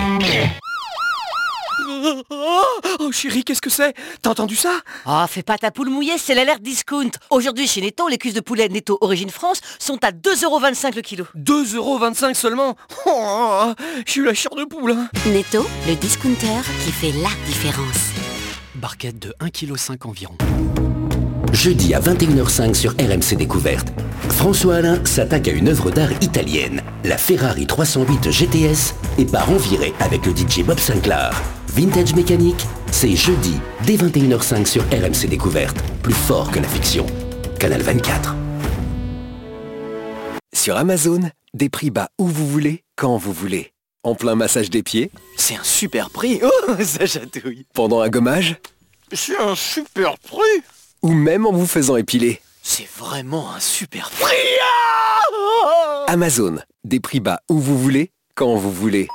S13: Ah, fais pas ta poule mouillée, c'est l'alerte discount. Aujourd'hui chez Netto, les cuisses de poulet Netto Origine France sont à 2,25€ le kilo.
S6: 2,25€ seulement Oh, Je suis la chair de poule hein.
S2: Netto, le discounter qui fait la différence.
S12: Barquette de 1,5 kg environ.
S14: Jeudi à 21h05 sur RMC Découverte, François Alain s'attaque à une œuvre d'art italienne, la Ferrari 308 GTS, et part en virée avec le DJ Bob Sinclair. Vintage mécanique, c'est jeudi dès 21h05 sur RMC Découverte, plus fort que la fiction. Canal 24.
S12: Sur Amazon, des prix bas où vous voulez, quand vous voulez. En plein massage des pieds, c'est un super prix. Oh, ça chatouille. Pendant un gommage
S6: C'est un super prix
S12: ou même en vous faisant épiler. C'est vraiment un super prix. Amazon, des prix bas où vous voulez, quand vous voulez.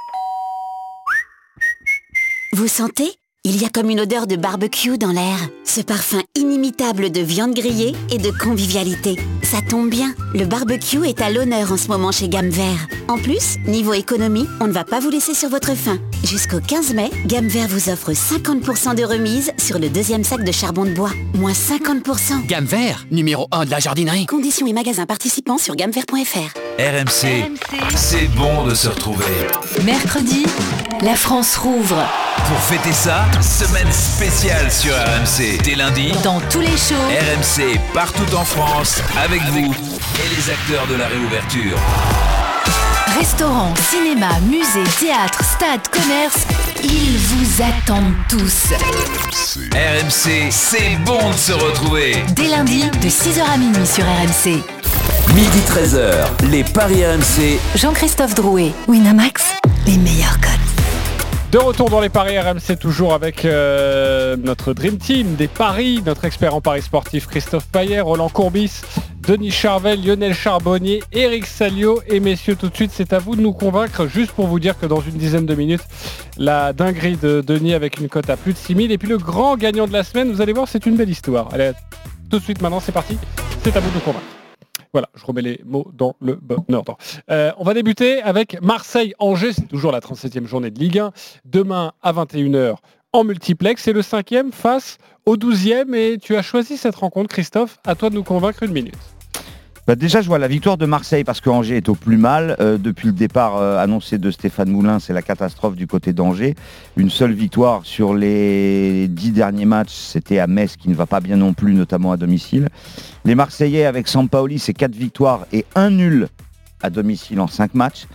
S2: Vous sentez Il y a comme une odeur de barbecue dans l'air. Ce parfum inimitable de viande grillée et de convivialité. Ça tombe bien, le barbecue est à l'honneur en ce moment chez Gamme Vert. En plus, niveau économie, on ne va pas vous laisser sur votre faim. Jusqu'au 15 mai, Gamme Vert vous offre 50% de remise sur le deuxième sac de charbon de bois. Moins 50%.
S14: Gamme vert, numéro 1 de la jardinerie.
S2: Conditions et magasins participants sur gammevert.fr.
S7: RMC, c'est bon de se retrouver.
S2: Mercredi, la France rouvre.
S7: Pour fêter ça, semaine spéciale sur RMC. Dès lundi,
S2: Dans tous les shows,
S7: RMC partout en France avec vous et les acteurs de la réouverture.
S2: Restaurants, cinéma, musées, théâtre, stade, commerce, ils vous attendent tous.
S7: RMC, c'est bon de se retrouver.
S2: Dès lundi, de 6h à minuit sur RMC.
S7: Midi 13h, les Paris RMC
S2: Jean-Christophe Drouet, Winamax, les meilleurs codes.
S1: De retour dans les paris RMC, toujours avec euh, notre Dream Team des paris, notre expert en paris sportif Christophe Paillet, Roland Courbis, Denis Charvel, Lionel Charbonnier, Eric Salio. Et messieurs, tout de suite, c'est à vous de nous convaincre, juste pour vous dire que dans une dizaine de minutes, la dinguerie de Denis avec une cote à plus de 6000. Et puis le grand gagnant de la semaine, vous allez voir, c'est une belle histoire. Allez, tout de suite maintenant, c'est parti, c'est à vous de nous convaincre. Voilà, je remets les mots dans le bon ordre. Euh, on va débuter avec Marseille-Angers, c'est toujours la 37e journée de Ligue 1 demain à 21h en multiplex et le cinquième face au 12e et tu as choisi cette rencontre Christophe, à toi de nous convaincre une minute.
S5: Bah, déjà, je vois la victoire de Marseille parce que Angers est au plus mal. Euh, depuis le départ euh, annoncé de Stéphane Moulin, c'est la catastrophe du côté d'Angers. Une seule victoire sur les dix derniers matchs, c'était à Metz qui ne va pas bien non plus, notamment à domicile. Les Marseillais avec Sampaoli, c'est quatre victoires et un nul à domicile en cinq matchs.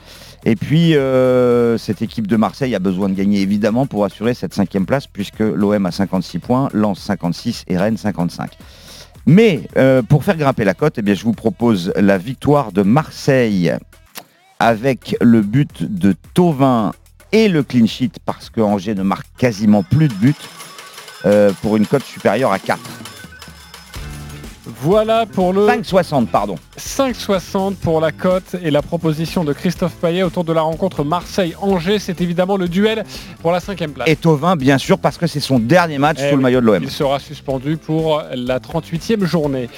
S5: Et puis, euh, cette équipe de Marseille a besoin de gagner évidemment pour assurer cette cinquième place, puisque l'OM a 56 points, Lens 56 et Rennes 55. Mais euh, pour faire grimper la cote, eh bien, je vous propose la victoire de Marseille avec le but de Tovin et le clean sheet, parce que Angers ne marque quasiment plus de buts, euh, pour une cote supérieure à 4.
S1: Voilà pour le...
S5: 5,60, pardon.
S1: 5,60 pour la cote et la proposition de Christophe Payet autour de la rencontre Marseille-Angers. C'est évidemment le duel pour la cinquième place.
S5: Et Tovin, bien sûr, parce que c'est son dernier match
S1: Eh
S5: sous le
S1: oui,
S5: maillot de l'OM.
S1: Il sera suspendu pour la 38e journée.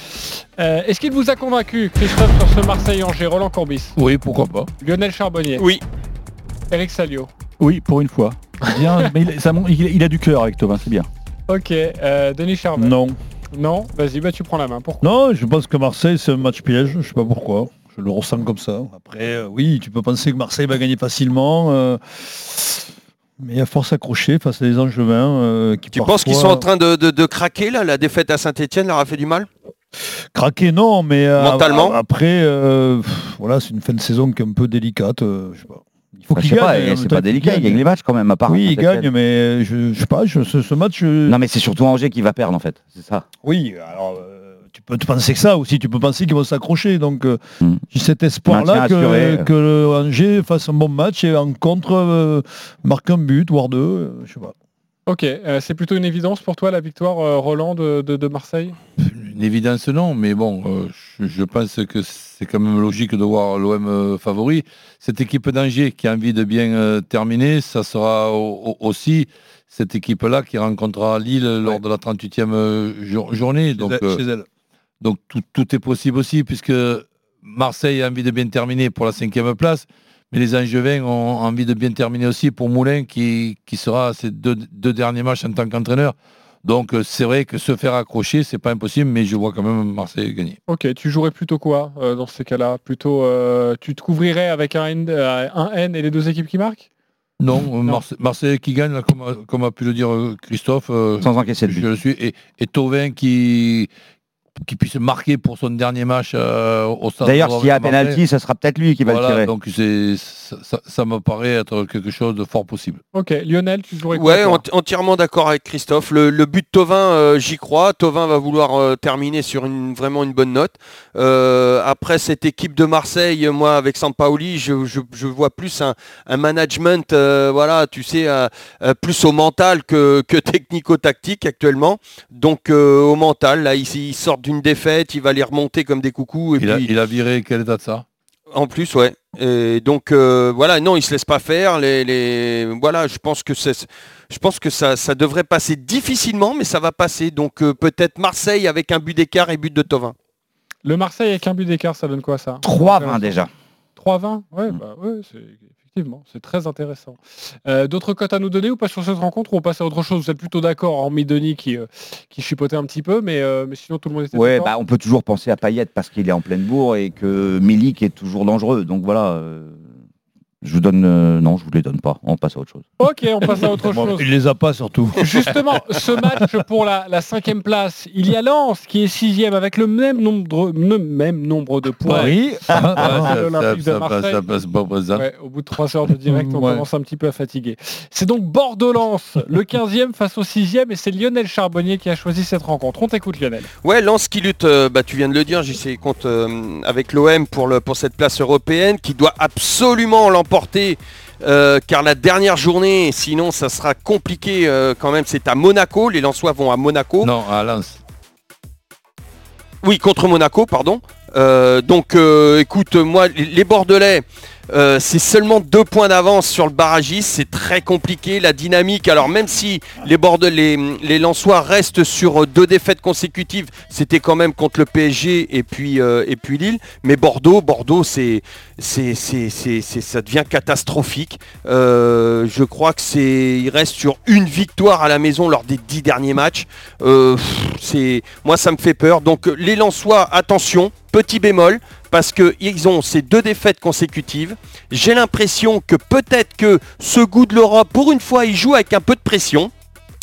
S1: Euh, Est-ce qu'il vous a convaincu, Christophe, sur ce Marseille-Angers Roland Courbis
S3: Oui, pourquoi pas.
S1: Lionel Charbonnier
S6: Oui.
S1: Eric Salio
S8: Oui, pour une fois. Bien, mais il, ça mon- il- il a du cœur avec Tovin, c'est bien.
S1: Ok. euh, Denis Charvet
S4: Non.
S1: Non Vas-y, bah, tu prends la main. Pourquoi
S4: Non, je pense que Marseille, c'est un match piège. Je sais pas pourquoi. Je le ressens comme ça. Après, euh, oui, tu peux penser que Marseille va gagner facilement. euh, mais à force accrochée face à des Angevins euh, qui
S6: Tu penses qu'ils sont
S4: parfois-
S6: en train de, de- de craquer là La défaite à Saint-Etienne leur a fait du mal
S4: Craquer, non, mais euh,
S6: Mentalement
S4: a- après, euh, pff, voilà, c'est une fin de saison qui est un peu délicate. euh, je sais pas. Il
S5: Enfin, Bah, je sais pas,
S4: hein,
S5: c'est pas délicat, il gagne les matchs quand même, à part
S4: Oui, il
S5: Saint-Étienne.
S4: gagne, mais je, je sais pas, je- ce, ce match. euh,
S5: Non mais c'est surtout Angers qui va perdre en fait, c'est ça.
S4: Oui, alors euh, tu peux te penser que ça aussi, tu peux penser qu'ils vont s'accrocher. Donc euh, j'ai cet
S5: Maintien
S4: espoir-là
S5: assuré.
S4: que, que le Angers fasse un bon match et en contre euh, marque un but, voire deux, euh, je sais pas.
S1: Ok, euh, c'est plutôt une évidence pour toi la victoire euh, Roland de, de- de Marseille
S3: Une évidence, non, mais bon, euh, je, je pense que c'est quand même logique de voir l'OM euh, favori. Cette équipe d'Angers qui a envie de bien euh, terminer, ça sera au- au- aussi cette équipe-là qui rencontrera Lille lors de la 38e euh, jour- journée. donc,
S4: elle-
S3: euh,
S4: chez elle.
S3: donc tout, tout est possible aussi, puisque Marseille a envie de bien terminer pour la cinquième place, mais les Angevins ont envie de bien terminer aussi pour Moulin, qui, qui sera à ses deux, deux derniers matchs en tant qu'entraîneur. Donc euh, c'est vrai que se faire accrocher, c'est pas impossible, mais je vois quand même Marseille gagner.
S1: Ok, tu jouerais plutôt quoi euh, dans ces cas-là Plutôt, euh, tu te couvrirais avec un N, euh, un N et les deux équipes qui marquent
S3: Non, euh, Marse- Marseille qui gagne, là, comme, a- comme a pu le dire euh, Christophe.
S5: Sans encaisser de
S3: Je le suis. Et, et Thauvin qui, qui puisse marquer pour son dernier match euh, au stade.
S5: D'ailleurs, s'il y a
S3: de Marseille.
S5: penalty, ça sera peut-être lui qui va le
S3: Voilà,
S5: tirer.
S3: Donc c'est- ça, ça- ça me paraît être quelque chose de fort possible.
S1: Ok, Lionel, tu jouerais quoi
S6: Ouais,
S1: toi
S6: ent- entièrement d'accord avec Christophe. Le, le but de Tovin, euh, j'y crois. Tovin va vouloir euh, terminer sur une, vraiment une bonne note. Euh, après cette équipe de Marseille, euh, moi avec Sampaoli, je, je, je vois plus un, un management, euh, voilà, tu sais, euh, euh, plus au mental que, que technico-tactique actuellement. Donc euh, au mental, là, ils, ils sortent d'une défaite, il va les remonter comme des coucous. Et
S3: Il a,
S6: puis,
S3: il a viré quelle date ça
S6: en plus, ouais. Et donc euh, voilà, non, ils se laissent pas faire. Les, les- voilà, je pense que c'est, je pense que ça, ça devrait passer difficilement, mais ça va passer. Donc euh, peut-être Marseille avec un but d'écart et but de Tovin.
S1: Le Marseille avec un but d'écart, ça donne quoi ça
S5: 3-20 déjà.
S1: 3-20 Ouais,
S4: Mm.
S1: bah ouais, c'est- effectivement, c'est très intéressant. Euh, D'autres cotes à nous donner ou pas sur cette rencontre ou on passe à autre chose Vous êtes plutôt d'accord, hormis Denis qui, euh, qui chipotait un petit peu, mais, euh, mais sinon tout le monde était
S5: Ouais,
S1: d'accord
S5: bah on peut toujours penser à Payet parce qu'il est en pleine bourre et que Milik est toujours dangereux. Donc voilà, euh, je vous donne euh, non, je vous les donne pas. On passe à autre chose.
S1: Ok, on passe à autre
S4: Bon,
S1: chose.
S4: bah. il les a pas surtout.
S1: Justement, ce match pour la, la cinquième place, il y a Lens qui est sixième avec le même nombre, le même nombre de points.
S4: Oui.
S1: Ah,
S3: Ouais, ça-
S1: l'Olympique
S3: ça-
S1: de
S3: ça passe-
S1: Marseille.
S3: ça passe pas présent.
S1: Ouais, au bout de trois heures de direct, on
S4: Ouais.
S1: commence un petit peu à fatiguer. C'est donc Bordeaux-Lens, le 15e face au 6e, et c'est Lionel Charbonnier qui a choisi cette rencontre. On t'écoute Lionel.
S6: Ouais, Lens qui lutte, euh, bah, tu viens de le dire, JC compte euh, avec l'OM pour, le- pour cette place européenne, qui doit absolument l'emporter, euh, car la dernière journée, sinon ça sera compliqué euh, quand même, c'est à Monaco, les Lensois vont à Monaco.
S3: Non, à Lens.
S6: Oui, contre Monaco, pardon. Euh, donc, euh, écoute, moi, les- les Bordelais, euh, c'est seulement deux points d'avance sur le barragiste. C'est très compliqué, la dynamique. Alors, même si les Bordelais, les Lensois restent sur euh, deux défaites consécutives, c'était quand même contre le PSG et puis, euh, et puis Lille. Mais Bordeaux, Bordeaux, c'est, c'est, c'est, c'est, c'est- ça devient catastrophique. Euh, je crois que c'est, il reste sur une victoire à la maison lors des dix derniers matchs. Euh, pff, c'est, moi, ça me fait peur. Donc, euh, les Lensois, attention, petit bémol, parce que ils ont ces deux défaites consécutives. J'ai l'impression que peut-être que ce goût de l'Europe, pour une fois, ils jouent avec un peu de pression.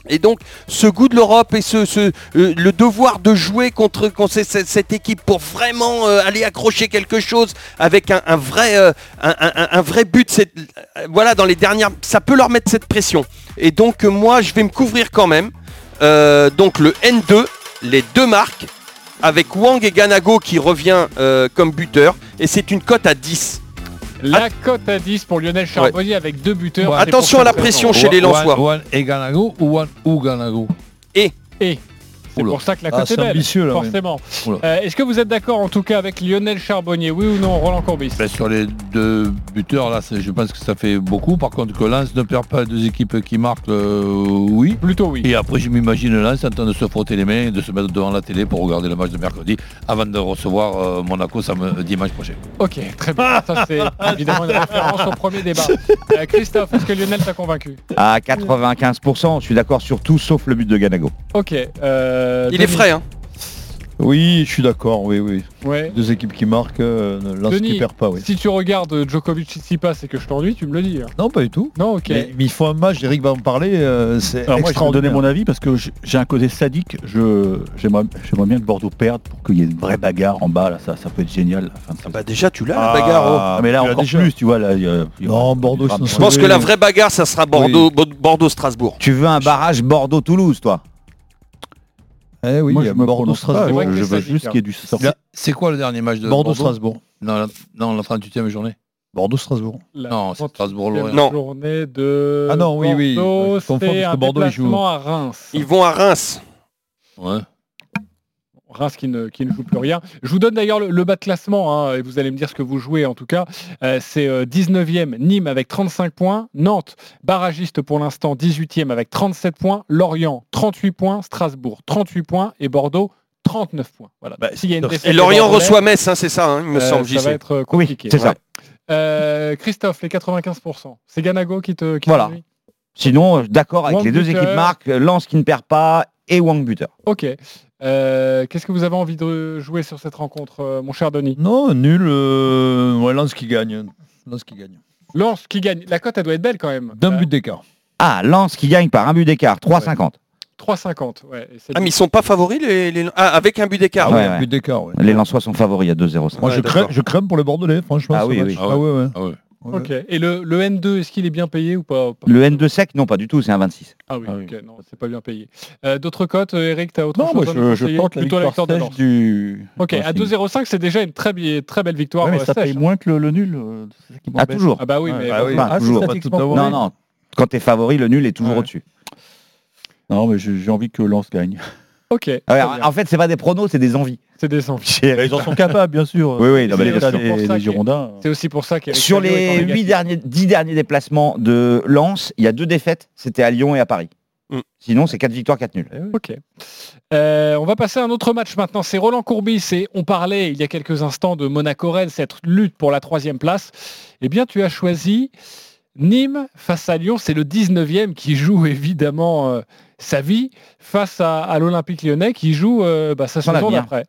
S6: Et donc, ce goût de l'Europe et ce, ce, euh, le devoir de jouer contre, contre c- c- cette équipe pour vraiment euh, aller accrocher quelque chose avec un, un vrai, euh, un, un- un vrai but, c'est- euh, voilà, dans les dernières, ça peut leur mettre cette pression. Et donc, euh, moi, je vais me couvrir quand même. Euh, donc, le N2, les deux marques, avec Wang et Ganago qui revient euh, comme buteur. Et c'est une cote à 10.
S1: La cote à 10 pour Lionel Charbonnier avec deux buteurs.
S6: Ouais.
S1: c'est pour
S6: Attention à la
S1: ça que-
S6: pression chez les Lensois.
S3: et Ganago ou One ou Ganago
S6: Et
S1: Et C'est pour ça que la cote est belle, forcément. Euh, Est-ce que vous êtes d'accord en tout cas avec Lionel Charbonnier Oui ou non, Roland Courbis
S3: Ben, sur les deux buteurs, là, c'est- je pense que ça fait beaucoup. Par contre, que Lens ne perd pas deux équipes qui marquent, euh, oui.
S1: Plutôt oui.
S3: Et après, je m'imagine Lens en train de se frotter les mains et de se mettre devant la télé pour regarder le match de mercredi avant de recevoir euh, Monaco sam- dimanche prochain.
S1: Ok, très bien. Ça c'est évidemment une référence au premier débat. Euh, Christophe, est-ce que Lionel t'a convaincu
S5: À 95%, je suis d'accord sur tout sauf le but de Ganago.
S1: Ok. euh,
S6: Il est
S1: Denis.
S6: frais, hein
S4: Oui, je suis d'accord, oui, oui.
S1: Ouais.
S4: Deux équipes qui marquent, euh, Lens
S1: Denis,
S4: qui perd pas, oui.
S1: si tu regardes Djokovic Tsitsipas et que je t'ennuie, tu me le dis. hein.
S4: Non, pas du tout.
S1: Non, ok.
S4: Mais, mais il faut un match, Eric va en parler, euh, c'est
S8: Alors moi, je vais vous
S4: extraordinaire.
S8: donner mon avis parce que j- j'ai un côté sadique. Je j'aimerais j'aimerais bien que Bordeaux perde pour qu'il y ait une vraie bagarre en bas. Là, ça, ça peut être génial. La fin de saison.
S6: Bah déjà, tu l'as,
S8: Ah,
S6: la bagarre. oh.
S8: mais là
S6: Tu l'as
S8: encore
S6: déjà.
S8: plus, tu vois. Là, il y a- il y a-
S4: Non, Bordeaux,
S5: Ah,
S8: il y a-
S6: Je pense que la vraie bagarre, ça sera Bordeaux- Bordeaux-Strasbourg.
S5: Tu veux un barrage Bordeaux-Toulouse, toi
S4: Eh oui,
S8: Moi,
S4: il y
S8: je
S4: a
S8: me
S4: Bordeaux,
S8: prononce pas,
S4: Strasbourg.
S8: je- je veux juste qu'il y ait du sort.
S3: Là, C'est quoi le dernier match de
S4: Bordeaux, Strasbourg.
S3: Non, la, non, la 38e journée.
S4: Bordeaux, Strasbourg.
S1: La
S3: Non, c'est Strasbourg-Lorient.
S6: Non.
S1: journée de
S4: Ah non, oui, oui,
S1: Bordeaux,
S4: je confonds
S1: c'est
S4: parce
S1: un
S4: que Bordeaux, il joue.
S1: déplacement à Reims.
S6: Ils vont à Reims.
S3: Ouais.
S1: Reims qui ne, qui ne joue plus rien. Je vous donne d'ailleurs le, le bas de classement, hein, et vous allez me dire ce que vous jouez en tout cas. Euh, c'est euh, 19e Nîmes avec 35 points, Nantes, barragiste pour l'instant, 18e avec 37 points, Lorient, 38 points, Strasbourg, 38 points, et Bordeaux, 39 points. Voilà.
S4: Bah,
S1: S'il y a une
S4: et
S1: défaite
S6: Et
S1: des
S6: Lorient
S1: Bordelais,
S6: reçoit Metz, hein, c'est ça, hein, il me
S1: euh,
S6: semble,
S1: ça
S6: JC.
S1: va être compliqué.
S5: Oui, c'est ça.
S1: Ouais. Euh, Christophe, les 95%. C'est Ganago qui te... Qui
S5: Voilà.
S1: t'ennuie
S5: Sinon, euh, d'accord avec
S1: Wang
S5: les deux
S1: buteur.
S5: équipes marques, euh, Lens qui ne perd pas et Wang buteur.
S1: Ok. Euh, Qu'est-ce que vous avez envie de jouer sur cette rencontre, euh, mon cher Denis
S4: Non, nul. Euh, ouais, Lens qui gagne. Lens qui gagne.
S1: Lance qui gagne. La cote, elle doit être belle quand même.
S4: D'un
S1: Euh,
S4: but d'écart.
S5: Ah, Lens qui gagne par un but d'écart, 3,50.
S1: 3,50. Ouais, et c'est
S6: Ah, mais ils sont pas favoris, les, les- Ah, avec un but d'écart.
S5: Ah
S6: ouais.
S5: ouais,
S4: Un
S5: ouais.
S4: but d'écart, ouais.
S5: Les Lensois sont favoris à 2,05.
S4: Moi,
S6: Ouais,
S4: je,
S6: d'accord.
S4: crème, je crème pour les Bordelais, franchement.
S5: Ah
S4: ce
S5: oui,
S4: match.
S5: oui.
S4: Ah ouais, ouais.
S3: Ah ouais.
S4: Ouais.
S1: Ok. Et le, le N2, est-ce qu'il est bien payé ou pas, ou pas
S5: Le N2 sec, non, pas du tout, c'est un 26.
S1: Ah oui,
S8: Ah oui.
S1: ok, non, c'est pas bien payé. Euh, D'autres cotes, euh, Eric, t'as autre
S8: Non,
S1: chose
S8: moi
S1: à
S8: je,
S1: nous
S8: je
S1: conseiller
S8: tente la
S1: Plutôt
S8: victoire
S1: victoire de
S8: sèche
S1: Lens.
S8: du.
S1: Ok, à 2,05, c'est déjà une très, bi- très belle victoire.
S8: Ouais, mais
S1: euh,
S8: ça paye
S1: sèche.
S8: moins que le, le nul. euh, c'est ça qui
S5: Ah,
S8: m'embête.
S5: toujours.
S1: Ah bah oui,
S8: Ouais,
S1: mais
S8: bah
S1: bon,
S8: oui.
S5: Enfin,
S8: Ah,
S5: toujours.
S8: c'est
S5: Pas
S8: statistiquement
S4: tout
S8: vrai.
S5: Non, non. Quand t'es favori, le nul est toujours
S1: Ouais.
S5: au-dessus.
S8: Non, mais j'ai j'ai envie que Lens gagne.
S1: ok.
S5: Ah ouais,
S1: très bien.
S5: en fait, c'est pas des pronos, c'est des envies.
S1: C'est descendu.
S8: Ils en sont capables, bien sûr.
S5: Oui, oui, non, mais
S8: les,
S5: bien sûr.
S1: pour ça
S8: les
S1: que-
S8: Girondins.
S1: C'est aussi pour ça qu'Eric
S5: euh, Sur
S1: Salio est en
S5: les
S1: négatif.
S5: 8 derniers, 10 derniers déplacements de Lens, il y a deux défaites, c'était à Lyon et à Paris.
S6: Mm.
S5: Sinon, c'est 4 victoires, 4 nuls.
S1: Ok. Euh, on va passer à un autre match maintenant. C'est Roland Courbis et on parlait il y a quelques instants de Monaco-Rennes, cette lutte pour la troisième place. Eh bien, tu as choisi Nîmes face à Lyon. C'est le 19e qui joue évidemment euh, sa vie face à, à l'Olympique lyonnais qui joue euh, bah, sa
S5: Son
S1: saison
S5: avenir.
S1: d'après.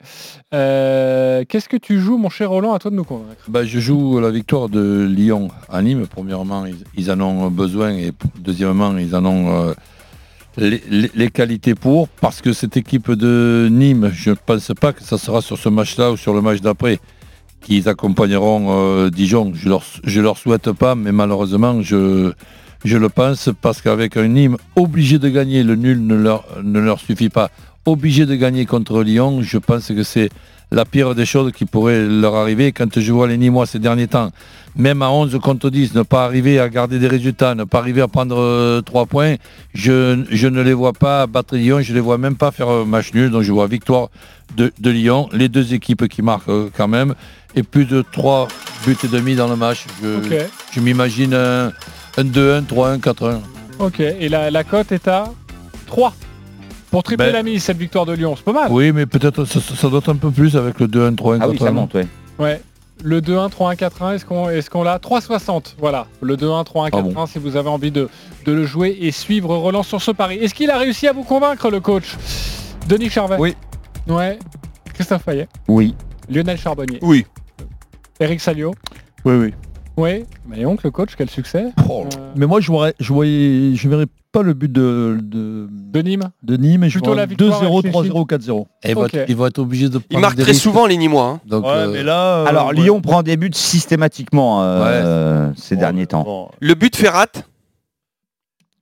S1: Euh, Qu'est-ce que tu joues, mon cher Roland À toi de nous convaincre.
S3: Ben, je joue la victoire de Lyon à Nîmes. Premièrement, ils, ils en ont besoin et deuxièmement, ils en ont euh, les, les- les qualités pour. Parce que cette équipe de Nîmes, je ne pense pas que ça sera sur ce match-là ou sur le match d'après qu'ils accompagneront euh, Dijon. Je leur, je leur souhaite pas, mais malheureusement, je, je le pense parce qu'avec un Nîmes obligé de gagner, le nul ne leur, ne leur suffit pas. Obligé de gagner contre Lyon, je pense que c'est la pire des choses qui pourrait leur arriver quand je vois les Nîmois ces derniers temps, même à 11 contre 10, ne pas arriver à garder des résultats, ne pas arriver à prendre 3 points, je, je ne les vois pas battre Lyon, je ne les vois même pas faire euh, match nul, donc je vois victoire de, de Lyon, les deux équipes qui marquent euh, quand même, et plus de 3 buts et demi dans le match. Je,
S1: Ok.
S3: je m'imagine un, un 2-1, 3-1, 4-1.
S1: Ok. Et la, la cote est à 3. Pour tripler
S3: Ben-
S1: la mise, cette victoire de Lyon, c'est pas mal.
S3: Oui, mais peut-être ça, ça doit être un peu plus avec le 2-1, 3-1, 4-1.
S5: Ah oui, ça monte, ouais.
S1: Ouais. Le 2-1, 3-1, 4-1, est-ce qu'on est qu'on l'a 3-60, voilà. Le 2-1, 3-1, 4-1,
S3: Ah bon.
S1: si vous avez envie de, de le jouer et suivre Roland sur ce pari. Est-ce qu'il a réussi à vous convaincre, le coach Denis Charvet
S4: Oui.
S1: Ouais. Christophe Payet
S5: Oui.
S1: Lionel Charbonnier
S6: Oui.
S1: Eric Salio
S8: Oui, oui.
S1: Oui, mais donc le coach, quel succès
S3: Oh
S1: Euh,
S4: Mais moi, je voyais, je voyais, je verrais pas le but de de,
S1: Nîmes.
S4: De Nîmes, et je
S1: Plutôt
S4: vois
S1: la victoire
S4: 2-0, 3-0,
S1: avec
S4: 4-0.
S3: Et ils vont être- ils vont être obligés de prendre
S6: marquent
S3: des
S6: très
S3: risques.
S6: souvent, les Nîmois, hein.
S3: Donc,
S4: Ouais,
S3: euh,
S4: mais là, euh,
S5: Alors
S4: ouais.
S5: Lyon prend des buts systématiquement euh, ces derniers temps.
S6: Le but de Ferrat,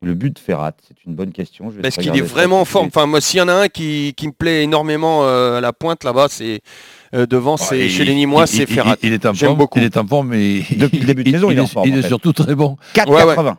S5: Le but de Ferrat, c'est une bonne question. Je vais
S6: parce
S5: te
S6: qu'il est
S5: regarder ça
S6: vraiment en
S5: tout de
S6: forme.
S5: suite.
S6: Enfin, moi, s'il y en a un qui, qui me plaît énormément euh, à la pointe là-bas, c'est euh, devant, c'est
S3: Ah, il-
S6: chez les Nîmois,
S3: il-
S6: c'est
S3: il-
S6: Ferrat.
S3: Il, il est en
S6: J'aime
S3: forme,
S6: beaucoup.
S3: il est en forme, mais
S5: Depuis le début de saison, il est en forme,
S3: Il
S5: en
S3: est
S5: fait.
S3: surtout très bon.
S5: 4,80.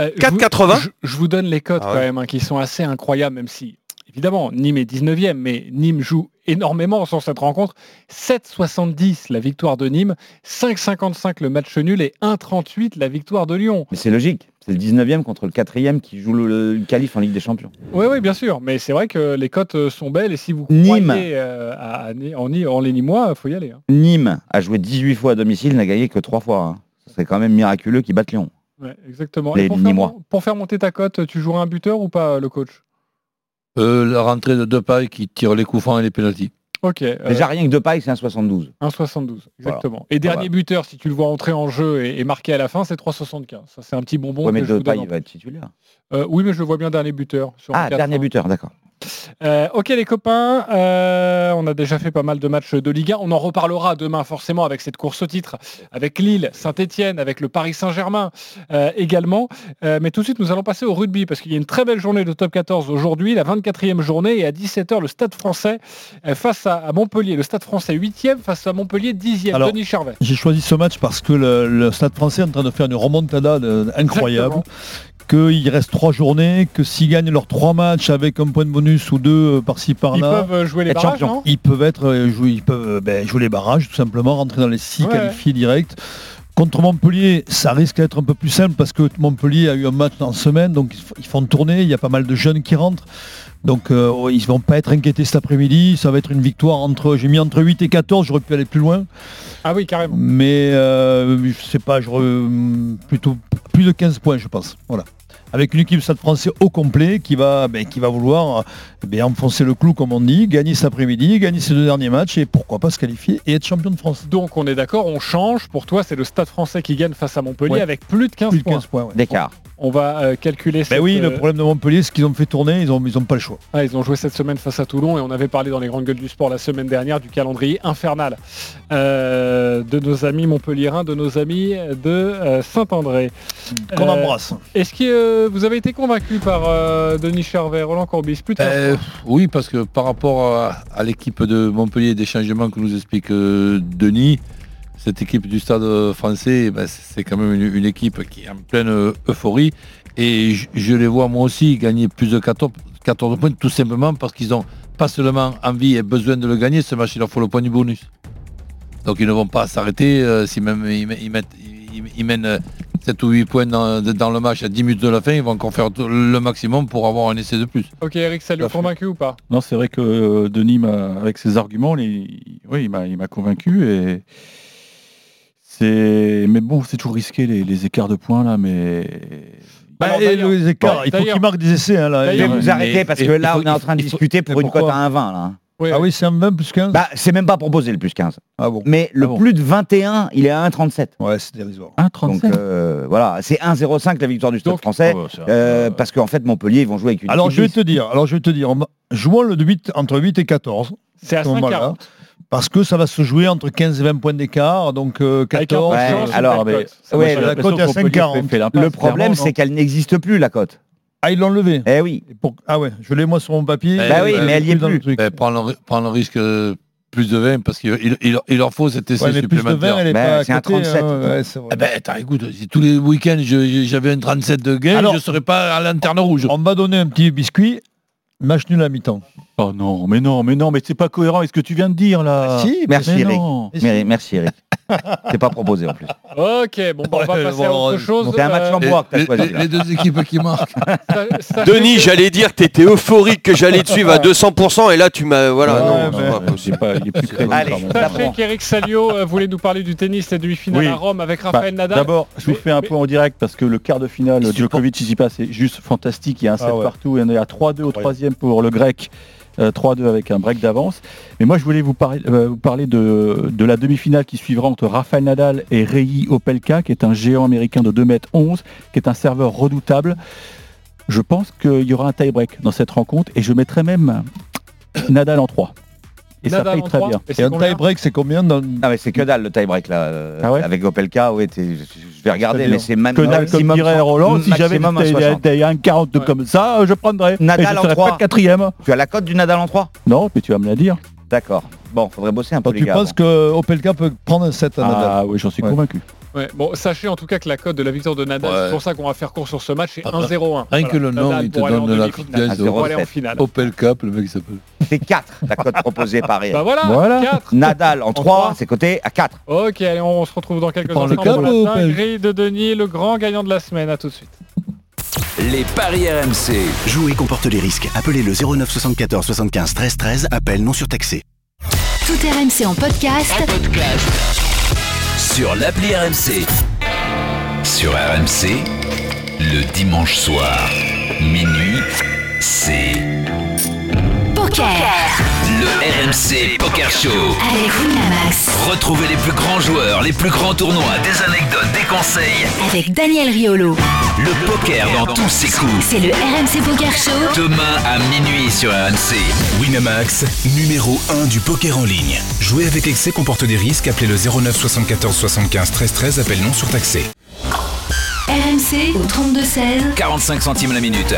S1: Euh, je vous-
S6: 4,80.
S1: je, je vous donne les cotes
S6: Ah ouais.
S1: quand même, hein, qui sont assez incroyables, même si, évidemment, Nîmes est 19e, mais Nîmes joue énormément sur cette rencontre. 7,70 la victoire de Nîmes, 5,55 le match nul et 1,38 la victoire de Lyon.
S5: Mais c'est logique. C'est le 19e contre le 4e qui joue le, le qualif en Ligue des Champions.
S1: Oui, oui, bien sûr, mais c'est vrai que les cotes euh, sont belles et si vous
S5: Nîmes.
S1: croyez euh, à- à Ni- en, Ni- en les Nîmois, il faut y aller. hein.
S5: Nîmes a joué 18 fois à domicile, n'a gagné que 3 fois. hein. Ce serait quand même miraculeux qu'ils battent Lyon.
S1: Ouais, exactement.
S5: Les
S1: Et pour, faire,
S5: Nîmois.
S1: mon- pour faire monter ta cote, tu jouerais un buteur ou pas, euh, le coach
S3: Euh, la rentrée de Depay qui tire les coups francs et les pénalties.
S1: Ok, euh,
S5: Déjà rien que de paille, c'est un 72.
S1: 1,72,
S5: Voilà.
S1: exactement. Et dernier buteur, si tu le vois entrer en jeu et, et marquer à la fin, c'est 3,75. Ça, c'est un petit bonbon.
S5: ouais, mais
S1: que je
S5: de
S1: vous donne
S5: paille,
S1: en
S5: il va être titulaire.
S1: Euh, oui, mais je le vois bien dernier buteur. Sur un
S5: Ah,
S1: 4,
S5: dernier
S1: hein.
S5: buteur, d'accord.
S1: Euh, ok les copains, euh, on a déjà fait pas mal de matchs de Ligue 1. On en reparlera demain forcément avec cette course au titre, avec Lille, Saint-Etienne, avec le Paris Saint-Germain euh, également. Euh, mais tout de suite, nous allons passer au rugby parce qu'il y a une très belle journée de top 14 aujourd'hui, la 24e journée. Et à 17h, le Stade français euh, face à, à Montpellier. Le Stade français 8e face à Montpellier 10e.
S4: Alors,
S1: Denis Charvet.
S4: J'ai choisi ce match parce que le, le Stade français est en train de faire une remontada de- incroyable. Qu'il reste trois journées, que s'ils gagnent leurs trois matchs avec un point de bonus ou deux euh, par-ci
S1: Ils
S4: par-là,
S1: peuvent euh, jouer les
S5: être
S1: barrages,
S5: champion.
S1: non
S4: ils peuvent être euh, jouer, ils peuvent euh, ben, jouer les barrages tout simplement, rentrer dans les six
S1: Ouais.
S4: qualifiés directs. Contre Montpellier, ça risque d'être un peu plus simple parce que Montpellier a eu un match en semaine, donc ils f- ils font tourner, il y a pas mal de jeunes qui rentrent. Donc euh, ouais, ils vont pas être inquiétés cet après-midi, ça va être une victoire entre, j'ai mis entre 8 et 14, j'aurais pu aller plus loin.
S1: Ah oui, carrément.
S4: Mais euh, je sais pas, je re- plutôt plus de 15 points, je pense. Voilà. Avec une équipe Stade français au complet qui va, ben, qui va vouloir euh, ben, enfoncer le clou, comme on dit, gagner cet après-midi, gagner ces deux derniers matchs et pourquoi pas se qualifier et être champion de France.
S1: Donc on est d'accord, on change. Pour toi, c'est le Stade français qui gagne face à Montpellier
S4: Ouais.
S1: avec plus de 15
S4: Plus de
S1: points.
S4: 15 points. ouais.
S5: D'écart.
S1: On va euh, calculer.
S4: Ben
S1: cette,
S4: oui,
S1: euh,
S4: le problème de Montpellier, c'est qu'ils ont fait tourner, ils n'ont ils ont pas le choix.
S1: ah, ils ont joué cette semaine face à Toulon et on avait parlé dans les grandes gueules du sport la semaine dernière du calendrier infernal euh, de nos amis montpelliérains, de nos amis de euh, Saint-André.
S4: Qu'on
S1: Euh,
S4: embrasse.
S1: Est-ce que euh, vous avez été convaincu par euh, Denis Charvet, Roland Corbis plus tard
S3: Euh, oui, parce que par rapport à, à l'équipe de Montpellier, des changements que nous explique euh, Denis, cette équipe du stade euh, français, ben, c'est c'est quand même une, une équipe qui est en pleine euh, euphorie. Et je, je les vois moi aussi gagner plus de 14, 14 points, tout simplement parce qu'ils ont pas seulement envie et besoin de le gagner, ce match, il leur faut le point du bonus. Donc ils ne vont pas s'arrêter euh, si même ils, me- ils mettent- ils- ils mènent euh, 7 ou 8 points dans, dans le match à 10 minutes de la fin, ils vont encore faire tout- le maximum pour avoir un essai de plus.
S1: Ok Eric, ça lui a convaincu ou pas
S8: Non, c'est vrai que euh, Denis, m'a- avec ses arguments, il, oui, il m'a il m'a convaincu. Et c'est, mais bon, c'est toujours risqué les, les écarts de points là, mais
S1: Alors,
S4: Bah, et
S1: d'ailleurs-
S4: les écarts,
S1: Ouais,
S4: il faut
S1: d'ailleurs-
S4: qu'ils marquent des essais. hein, là.
S5: Je vais
S1: D'ailleurs-
S5: vous
S3: Mais-
S5: arrêter parce
S3: et-
S5: que
S3: il
S5: là,
S3: faut-
S5: on est en train de
S3: il faut-
S5: discuter pour
S3: mais
S5: une cote
S3: pourquoi
S5: à 1,20 là. hein.
S1: Ouais.
S4: Ah oui, c'est un 20 plus 15
S5: Bah, c'est même pas proposé le plus 15.
S4: Ah bon
S5: Mais le
S8: Ah bon.
S5: plus de 21, il est à 1,37.
S4: Ouais, c'est dérisoire.
S8: 1,35.
S5: Donc euh, voilà, c'est 1,05 la victoire du Stade
S1: Donc,
S5: français.
S8: Ouais, c'est un-
S5: euh, parce qu'en fait, Montpellier, ils vont jouer avec une
S4: Alors
S5: équipe
S4: je vais
S5: bis.
S4: te dire, alors je vais te dire, on va- jouons le 8 entre 8 et 14.
S1: C'est à
S4: ce moment-là,
S1: 5,40.
S4: Parce que ça va se jouer entre 15 et 20 points d'écart, donc euh,
S1: Avec un
S4: 14.
S1: peu de
S5: ouais,
S1: chance,
S5: alors,
S1: une belle
S5: mais-
S1: cote.
S8: Ça,
S5: Ouais,
S8: moi, j'ai
S4: la
S8: l'impression
S4: cote est à
S8: que Montpellier
S4: 5,40.
S8: fait l'impasse,
S5: Le problème,
S8: clairement,
S5: c'est qu'elle n'existe plus, la cote.
S4: Ah, ils l'ont levé.
S5: Eh oui.
S4: Et pour- Ah ouais, je l'ai moi sur mon papier.
S3: Bah oui,
S4: Euh,
S3: mais
S5: elle y est
S4: dans le
S5: plus.
S4: truc.
S3: Ben, prendre, le, ri- prendre le risque euh, plus de 20 parce qu'il il, il- il leur faut cet essai
S4: Ouais, mais plus de 20,
S3: supplémentaire.
S4: elle est
S5: Bah,
S4: pas à
S5: c'est un
S4: côté,
S5: 37.
S4: hein, ouais, c'est vrai.
S3: Eh ben, attends, écoute, si tous les week-ends je- je- j'avais un 37 de gain,
S4: Alors-
S3: je ne serais pas à lanterne rouge.
S4: On m'a donné un petit biscuit, match nul à mi-temps.
S8: Oh non, mais non, mais non, mais c'est pas cohérent avec ce que tu viens de dire là.
S4: Si,
S5: Ah, merci,
S8: mais
S5: Eric.
S8: non.
S4: Et si-
S5: Mais- Merci, Eric. c'est pas proposé en plus.
S1: Ok, bon, bah, on va
S4: Ouais,
S1: passer
S4: bon,
S1: à autre
S4: on-
S1: chose.
S5: C'est un match
S1: Euh,
S5: en
S3: Les,
S5: bois que t'as
S3: les-
S5: choisi.
S3: les-
S5: là.
S3: les deux équipes qui marquent.
S1: sa- sachez
S6: Denis,
S1: que-
S6: j'allais dire que t'étais euphorique, que j'allais te suivre à 200%, et là, tu m'as... Voilà,
S4: Ouais,
S6: non,
S4: mais-
S6: c'est pas possible.
S8: J'ai pas, il est plus crédible,
S5: Allez,
S8: pardon.
S5: ça
S1: Sachez qu'Eric Salio euh, voulait nous parler du tennis et du final
S8: Oui.
S1: à Rome avec Raphaël
S8: Bah,
S1: Nadal.
S8: D'abord, je vous
S1: Mais-
S8: fais un
S1: mais-
S8: point en direct parce que le quart de finale,
S4: Il supporte-
S8: Djokovic, Tsitsipas, c'est juste fantastique. Il y a un set
S4: Ah ouais.
S8: partout. Il y en a à 3-2 au troisième pour le grec. euh, 3-2 avec un break d'avance. Mais moi, je voulais vous parler, euh, vous parler de, de la demi-finale qui suivra entre Rafael Nadal et Rei Opelka, qui est un géant américain de 2m11, qui est un serveur redoutable. Je pense qu'il y aura un tie-break dans cette rencontre et je mettrai même Nadal en 3. Et ça paye très bien.
S4: Et, un tie-break, c'est combien dans...
S5: Ah mais c'est que dalle le tie-break là. euh,
S8: Ah ouais
S5: Avec Opelka, ouais, t'es- je je vais
S4: Ah ben,
S5: regarder, mais c'est même
S8: Que dalle, comme dirait Roland, si j'avais
S5: maximum
S8: des-
S5: 1,60.
S8: des 1,42 comme ça, euh, je prendrais. Et je
S5: Nadal en
S8: serais pas
S5: 3.
S8: quatrième.
S5: Tu as la cote du Nadal en 3
S8: Non, mais tu vas me la dire.
S5: D'accord. Bon, faudrait bosser un peu
S4: Donc,
S5: les
S4: tu
S5: gars.
S4: penses que Opelka peut prendre un 7 à
S8: Ah,
S4: Nadal
S8: oui, j'en suis convaincu.
S1: Ouais, bon, sachez en tout cas que la cote de la victoire de Nadal,
S3: Ouais.
S1: c'est pour ça qu'on va faire court sur ce match, c'est
S3: Ah,
S1: 1-0-1.
S3: Rien que le nom, il te donne la confiance.
S1: Pour aller en finale.
S3: Opel Cup, le mec il s'appelle.
S5: C'est 4 la cote proposée par Riyad.
S1: Bah voilà, quatre.
S5: Nadal en 3, c'est coté à 4.
S1: Ok, allez, on se retrouve dans quelques
S5: prends le
S1: instants pour
S5: câble ou
S1: la
S5: pas
S1: dinguerie de Denis, le grand gagnant de la semaine. À tout de suite.
S7: Les paris RMC.
S11: Jouer comporte les risques. Appelez le 09 74 75 13 13. Appel non surtaxé.
S15: Tout RMC en podcast.
S7: Sur l'appli RMC. Sur RMC, le dimanche soir, minuit, c'est
S15: Poker
S7: le RMC Poker Show.
S15: avec Winamax.
S7: Retrouvez les plus grands joueurs, les plus grands tournois, des anecdotes, des conseils.
S15: Avec Daniel Riolo.
S7: Le poker dans tous ses coups.
S15: C'est le RMC Poker Show.
S7: Demain à minuit sur RMC.
S16: Winamax, numéro 1 du poker en ligne. Jouer avec excès comporte des risques. Appelez le 09 74 75 13 13. Appel non surtaxé.
S15: RMC au 32-16.
S7: 45 centimes la minute.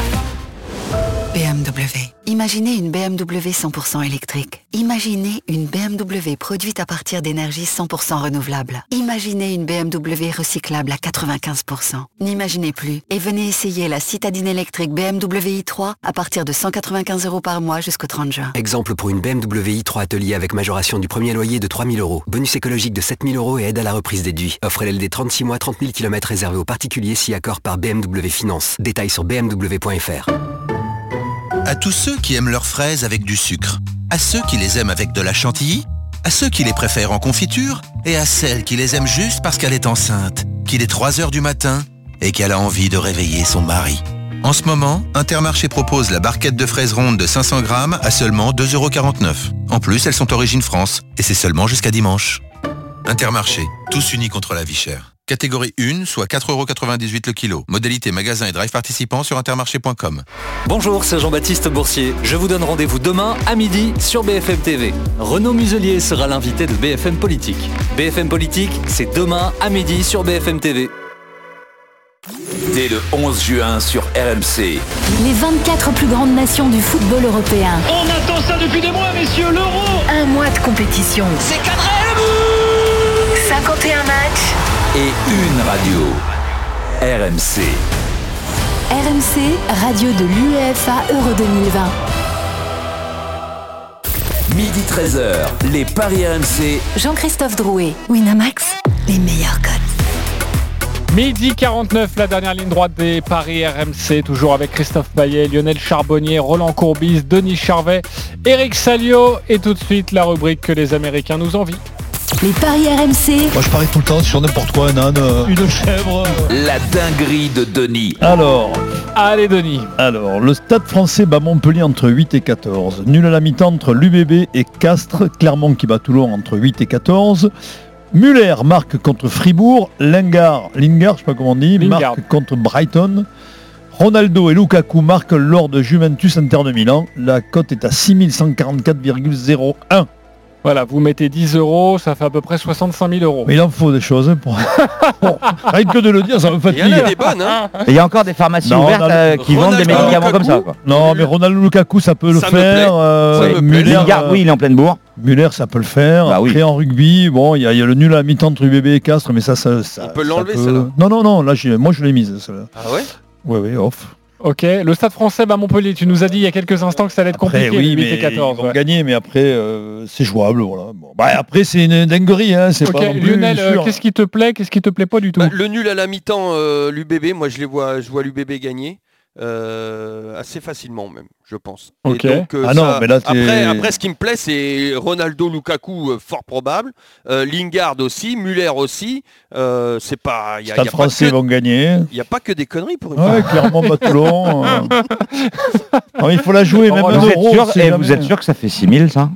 S17: BMW. Imaginez une BMW 100% électrique. Imaginez une BMW produite à partir d'énergie 100% renouvelable. Imaginez une BMW recyclable à 95%. N'imaginez plus et venez essayer la citadine électrique BMW i3 à partir de 195 euros par mois jusqu'au 30 juin.
S18: Exemple pour une BMW i3 Atelier avec majoration du premier loyer de 3000 euros, bonus écologique de 7000 euros et aide à la reprise déduit. Offre LLD 36 mois 30 000 km réservé aux particuliers si accord par BMW Finance. Détails sur bmw.fr.
S19: À tous ceux qui aiment leurs fraises avec du sucre, à ceux qui les aiment avec de la chantilly, à ceux qui les préfèrent en confiture et à celles qui les aiment juste parce qu'elle est enceinte, qu'il est 3 heures du matin et qu'elle a envie de réveiller son mari. En ce moment, Hein Intermarché propose la barquette de fraises rondes de 500 grammes à seulement 2,49€. En plus, elles sont origine France et c'est seulement jusqu'à dimanche. Intermarché, tous unis contre la vie chère. Catégorie 1, soit 4,98€ le kilo. Modalité magasin et drive participants sur intermarché.com.
S20: Bonjour, c'est Jean-Baptiste Boursier. Je vous donne rendez-vous demain à midi sur BFM TV. Renaud Muselier sera l'invité de BFM Politique. BFM Politique, c'est demain à midi sur BFM TV.
S7: Dès le 11 juin sur RMC.
S15: Les 24 plus grandes nations du football européen.
S7: On attend ça depuis des mois, messieurs, l'euro
S15: Un mois de compétition. C'est cadré le 51 matchs.
S7: Et une radio. RMC.
S15: RMC, radio de l'UEFA Euro 2020.
S7: Midi 13h, les paris RMC.
S15: Jean-Christophe Drouet, Winamax, les meilleurs codes.
S1: Midi 49, la dernière ligne droite des Paris RMC, toujours avec Christophe Payet, Lionel Charbonnier, Roland Courbis, Denis Charvet, Eric Salio, et tout de suite la rubrique que les Américains nous envient.
S15: Les paris RMC,
S4: Moi, je parie tout le temps sur n'importe quoi, un âne, euh, une chèvre.
S7: La dinguerie de Denis.
S4: Alors.
S1: Allez, Denis.
S4: Alors, le stade français bat Montpellier entre 8 et 14. Nul à la mi-temps entre l'UBB et Castres. Clermont qui bat Toulon entre 8 et 14. Muller marque contre Fribourg. Lingard, Lingard, je sais pas comment on dit,
S1: Lingard.
S4: marque contre Brighton. Ronaldo et Lukaku marquent lors de Juventus Inter de Milan. La cote est à 6144,01.
S1: Voilà, vous mettez 10 euros, ça fait à peu près 65 000 euros.
S4: Mais il en faut des choses. hein, pour... Bon, rien que de le dire, ça me fatigue.
S5: Ah,
S4: hein.
S5: Et il y a encore des pharmacies
S4: Non,
S5: ouvertes
S4: Ronaldo-
S5: euh, qui vendent des
S4: Ronaldo
S5: médicaments comme ça.
S4: Lukaku, Non, mais Ronaldo Lukaku, ça peut le
S5: Ça me
S4: faire.
S5: plaît.
S4: euh,
S5: Ça me plaît.
S4: Müller,
S5: Lingard, oui, il est en pleine bourre.
S4: Muller, ça peut le faire.
S5: Bah
S4: Après, en rugby, bon, il y, a- il y a le nul à mi-temps entre UBB et Castres, mais ça, ça. ça-
S6: On peut l'enlever,
S4: peut-
S6: celle-là.
S4: Non, non, non, là, j'ai- moi, je l'ai mise, celle-là.
S6: Ah ouais
S4: Oui, oui, off.
S1: Ok, le stade français bat Montpellier, tu nous as dit il y a quelques instants que ça allait être compliqué,
S4: Après, oui,
S1: le 8 et
S4: mais
S1: 14.
S4: ils vont gagner, mais après, euh, c'est jouable, voilà. Bon, bah, après, c'est une dinguerie, hein, c'est
S1: Ok,
S4: pas non plus
S1: Lionel, euh,
S4: sûr.
S1: qu'est-ce qui te plaît, qu'est-ce qui te plaît pas du tout
S6: Bah, le nul à la mi-temps, euh, l'UBB, moi je les vois, je vois l'UBB gagner. euh, assez facilement même, je pense. Et
S4: Ok.
S6: donc, euh,
S4: Ah non,
S6: ça-
S4: mais là,
S6: après,
S4: t'es-
S6: après, ce qui me plaît, c'est Ronaldo, Lukaku, euh, fort probable, euh, Lingard aussi, Muller aussi. Euh, c'est pas. il y a- il
S4: Stade
S6: y a pas
S4: français
S6: que-
S4: vont gagner.
S6: Il n'y a pas que des conneries pour une
S4: Ouais,
S6: fois.
S4: clairement, Battelon. euh. Alors, il faut la jouer, même
S5: Oh, Vous
S4: un
S5: êtes
S4: euro.
S5: sûr-
S4: on sait
S5: eh,
S4: jamais.
S5: vous êtes sûr que ça fait 6000 ça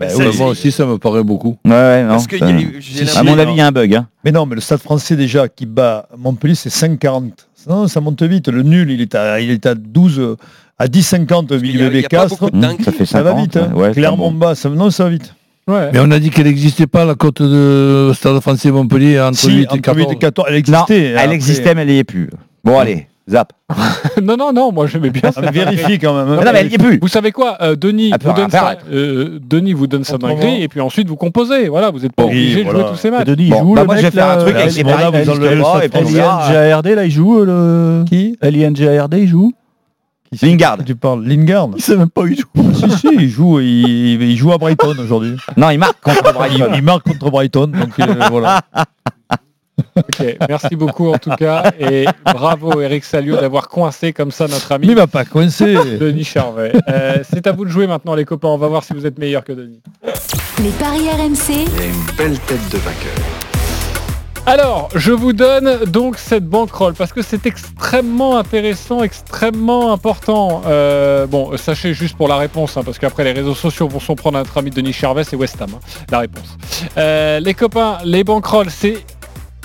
S4: Bah
S5: Ça,
S4: oui,
S5: c'est-
S4: moi aussi, ça me paraît beaucoup.
S5: Ouais, ouais, non.
S4: Parce que
S5: ça-
S4: y a- j'ai l'impression-
S5: à mon avis, il y a un bug. hein.
S4: Mais non, mais le stade français déjà qui bat Montpellier, c'est 5,40. Non, ça monte vite. Le nul, il est à, il est à 12, euh, à 10,50
S5: y a
S4: Villeneuve
S5: pas
S4: Castres.
S5: beaucoup de dingueries. Hmm, Ça fait
S4: va
S5: 50,
S4: vite. hein.
S5: ouais, ouais, c'est
S4: Clermont bas, ça, non, ça va vite.
S3: Mais on a dit qu'elle n'existait pas, la côte de Stade français Montpellier, hein, entre
S4: Si,
S3: 8 et
S4: entre
S3: 14.
S4: 8 et 14, elle existait, hein,
S5: elle existait, mais elle n'y est plus. Bon, allez, zap.
S1: non, non, non, moi j'aimais bien.
S4: Ah, mais vérifie quand même.
S1: Non,
S4: Non, mais elle y est plus. Ah, bah,
S1: Vous savez quoi, euh, Denis,
S4: Elle peut
S1: vous donne
S4: rien
S1: ça,
S4: faire,
S1: euh, Denis vous donne ça dans les
S4: Autrement.
S1: grilles et puis ensuite vous composez. Voilà, vous n'êtes pas
S4: Oui,
S1: obligé de
S4: voilà.
S1: jouer tous ces matchs.
S4: Et Denis, il Bon, joue, bah, le moi, je vais mec, faire un là, truc
S8: euh,
S4: avec
S1: les
S4: les Paris Voilà, vous enlevez le Saint-François. et puis on verra.
S8: LINGARD, là, il joue euh, le... Qui LINGARD, il joue
S5: Lingard.
S4: Tu parles Lingard Il sait même pas où il joue. si, si, il joue, il, il joue à Brighton aujourd'hui.
S5: Non, il marque contre
S4: Brighton. Il, marque contre Brighton, donc euh, voilà.
S1: Ok, merci beaucoup en tout cas et bravo Eric Salio d'avoir coincé comme ça notre ami.
S4: Mais il m'a pas coincé.
S1: Denis Charvet. Euh, c'est à vous de jouer maintenant les copains, on va voir si vous êtes meilleurs que Denis.
S15: Les paris RMC.
S16: Et une belle tête de vainqueur.
S1: Alors, je vous donne donc cette banquerolle parce que c'est extrêmement intéressant, extrêmement important. Euh, bon, sachez juste pour la réponse, hein, parce qu'après les réseaux sociaux vont s'en prendre à notre ami Denis Charvet, c'est West Ham, hein, la réponse. Euh, les copains, les banquerolles, c'est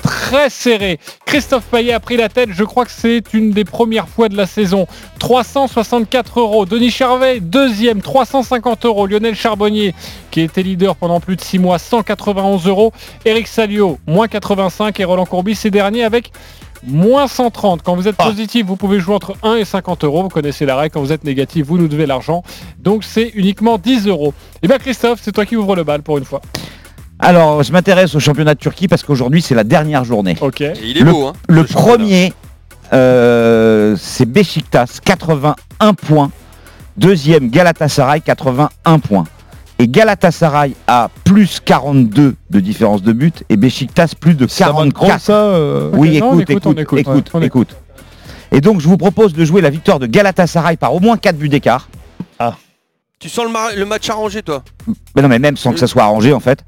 S1: très serré. Christophe Payet a pris la tête, je crois que c'est une des premières fois de la saison. 364 euros. Denis Charvet, deuxième, 350 euros. Lionel Charbonnier, qui était leader pendant plus de 6 mois, 191 euros. Eric Salio, moins 85. Et Roland Courbis, ces derniers avec moins 130. Quand vous êtes positif, vous pouvez jouer entre 1 et 50 euros. Vous connaissez la règle. Quand vous êtes négatif, vous nous devez l'argent. Donc c'est uniquement 10 euros. Et bien Christophe, c'est toi qui ouvre le bal pour une fois.
S5: Alors, je m'intéresse au championnat de Turquie parce qu'aujourd'hui, c'est la dernière journée.
S1: Ok.
S6: il est
S5: le,
S6: beau, hein,
S5: Le premier, euh, c'est Besiktas, 81 points. Deuxième, Galatasaray, 81 points. Et Galatasaray a plus 42 de différence de but et Besiktas plus de 44.
S4: ça, euh,
S5: Oui,
S4: Ok, non, on
S5: écoute,
S4: écoute, on
S5: écoute,
S4: écoute,
S5: écoute,
S4: ouais,
S5: écoute, Et donc, je vous propose de jouer la victoire de Galatasaray par au moins 4 buts d'écart. Ah.
S6: Tu sens le, mar- le match arrangé, toi
S5: Mais non, mais même sans que ça soit arrangé, en fait.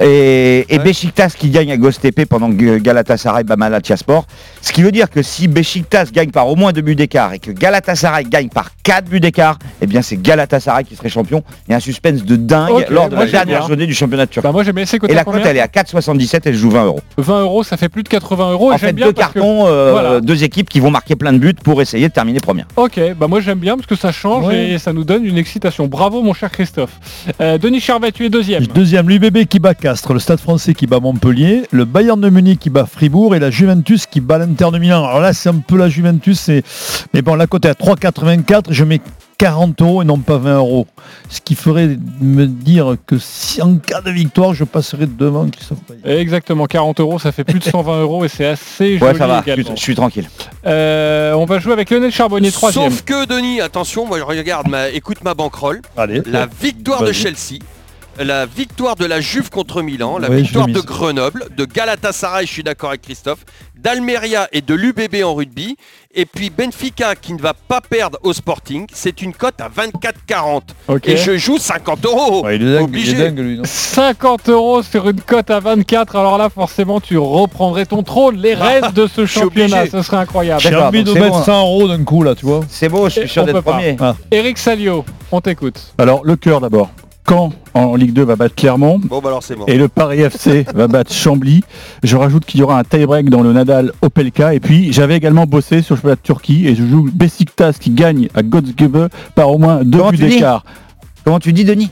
S5: Et, et Beşiktaş qui gagne à Göztepe pendant que Galatasaray bat Malatyaspor. Ce qui veut dire que si Beşiktaş gagne par au moins deux buts d'écart et que Galatasaray gagne par quatre buts d'écart, eh bien c'est Galatasaray qui serait champion. Il y a un suspense de dingue
S1: Ok,
S5: lors de
S1: moi,
S5: la
S1: j'aime
S5: dernière
S1: bien. Bah,
S5: journée du championnat turc.
S1: moi, j'aime bien ces côtés
S5: Et la
S1: combien
S5: cote, elle est à 4,77, elle joue 20 euros.
S1: 20 euros, ça fait plus de 80 euros.
S5: En
S1: et Oh, j'aime
S5: fait,
S1: bien
S5: deux
S1: parce que-
S5: cartons, euh,
S1: Voilà.
S5: deux équipes qui vont marquer plein de buts pour essayer de terminer première.
S1: Ok, bah moi j'aime bien parce que ça change et ça nous donne une excitation. Bravo mon cher Christophe. Euh, Denis Charvet, tu es deuxième.
S4: Deuxième, l'UBB qui bat Castres, le Stade français qui bat Montpellier, le Bayern de Munich qui bat Fribourg et la Juventus qui bat l'Inter de Milan. Alors là, c'est un peu la Juventus, c'est... mais bon, la cote est à 3,84, je mets 40 euros et non pas 20 euros. Ce qui ferait me dire que si en cas de victoire, je passerai devant Christophe Payet.
S1: Exactement, 40 euros, ça fait plus de 120 euros et c'est assez joli
S5: Ouais, ça va, je suis-
S1: également.
S5: je suis tranquille.
S1: Euh, on va jouer avec Lionel Charbonnier, troisième.
S6: Sauf que Denis, attention, moi je regarde, ma, écoute ma banquerolle. la victoire de
S1: Vas-y.
S6: Chelsea. La victoire de la Juve contre Milan, la
S4: Ouais, je
S6: victoire
S4: l'ai
S6: de
S4: mise.
S6: Grenoble, de Galatasaray, je suis d'accord avec Christophe, d'Almeria et de l'UBB en rugby, et puis Benfica qui ne va pas perdre au Sporting, c'est une cote à 24,40.
S1: Ok.
S6: Et je joue 50 euros. obligé.
S1: 50 euros sur une cote à 24. Alors là, forcément, tu reprendrais ton trône, les rêves de ce
S4: je suis obligé.
S1: championnat. Ce serait incroyable.
S4: J'ai envie de
S5: hein.
S4: mettre 100 euros d'un coup là, tu vois.
S5: C'est beau, je
S1: Et on peut pas. Eric Salio, on t'écoute.
S8: Alors, le cœur d'abord. Caen en Ligue 2 va battre Clermont.
S6: Bon, bah alors c'est bon.
S8: Et le Paris FC va battre Chambly. Je rajoute qu'il y aura un tie-break dans le Nadal Opelka. Et puis, j'avais également bossé sur le championnat de Turquie et je joue Besiktas qui gagne à Götzgebe par au moins deux buts
S5: tu dis
S8: d'écart.
S5: Comment tu dis, Denis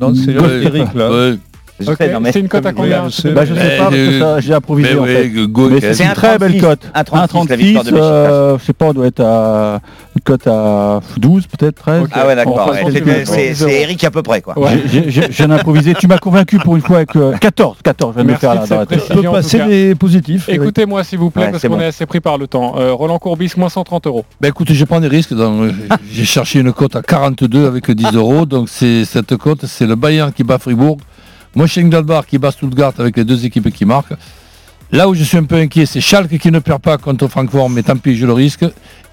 S8: Non,
S4: c'est Eric, là.
S5: Je sais, non, mais-
S8: C'est une cote à combien
S5: Ouais, je sais.
S8: Bah, je sais pas, parce que ça, j'ai improvisé
S5: Eh, euh, Mais
S8: en
S5: oui,
S8: fait.
S5: Go-
S8: Mais c'est
S5: C'est
S8: une
S5: un
S8: très belle
S5: 36,
S8: cote.
S5: un 36, la
S8: 36,
S5: victoire de Beşiktaş.
S8: euh, je sais pas, on doit être à une cote à 12, peut-être 13.
S5: Ah ouais, d'accord.
S8: Enfin,
S5: ouais,
S8: je pense
S5: c'est-
S8: que-
S5: c'est c'est Eric à peu près, quoi.
S8: J'ai- j'ai- J'ai improvisé. Tu m'as convaincu pour une fois avec euh, 14. 14, je viens de le
S1: Merci
S8: faire
S1: de
S8: là.
S1: cette
S8: dans la tête.
S1: précision, On peut en tout passer cas. des
S4: positifs.
S1: Écoutez-moi, s'il vous plaît,
S3: Ouais,
S1: parce
S3: c'est
S1: qu'on
S3: bon.
S1: est assez pris par le temps. Euh, Roland Courbis, moins 130 euros.
S3: Ben écoute, je prends des risques. dans- euh, J'ai cherché une cote à 42 avec 10 euros. Donc c'est cette cote, c'est le Bayern qui bat Fribourg, Mönchengladbach qui bat Stuttgart avec les deux équipes qui marquent. Là où je suis un peu inquiet, c'est Schalke qui ne perd pas contre Francfort, mais tant pis, je le risque.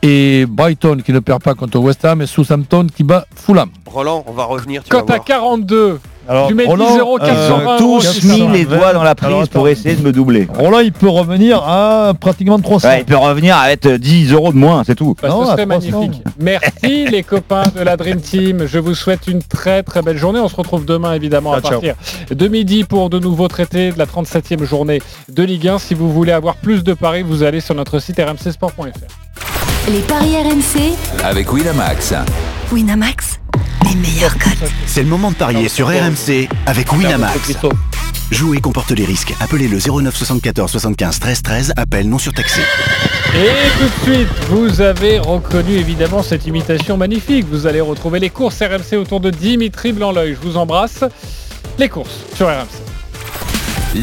S3: Et Brighton qui ne perd pas contre West Ham et Southampton qui bat Fulham.
S6: Roland, on va revenir. Tu
S1: Cote à 42.
S3: Alors,
S1: tu mets 10 euros, 420 euros,
S5: tous mis les doigts dans la prise pour essayer de me doubler.
S4: Roland, il peut revenir à pratiquement 300.
S5: Ouais, il peut revenir avec euh, 10 euros de moins, c'est tout.
S1: Bah, ce serait magnifique. Merci les copains de la Dream Team. Je vous souhaite une très très belle journée. On se retrouve demain évidemment à
S4: Ciao, ciao.
S1: partir de midi pour de nouveaux traités de la 37e journée de Ligue 1. Si vous voulez avoir plus de paris, vous allez sur notre site rmcsport.fr.
S15: Les paris RMC,
S7: Avec Winamax.
S15: Winamax, les meilleurs cotes.
S11: C'est le moment de parier sur RMC avec Winamax. Jouer comporte les risques. Appelez le 09 74 75 13 13. Appel non surtaxé.
S1: Et tout de suite, vous avez reconnu évidemment cette imitation magnifique. Vous allez retrouver les courses RMC autour de Dimitri blanc Je vous embrasse. Les courses sur RMC.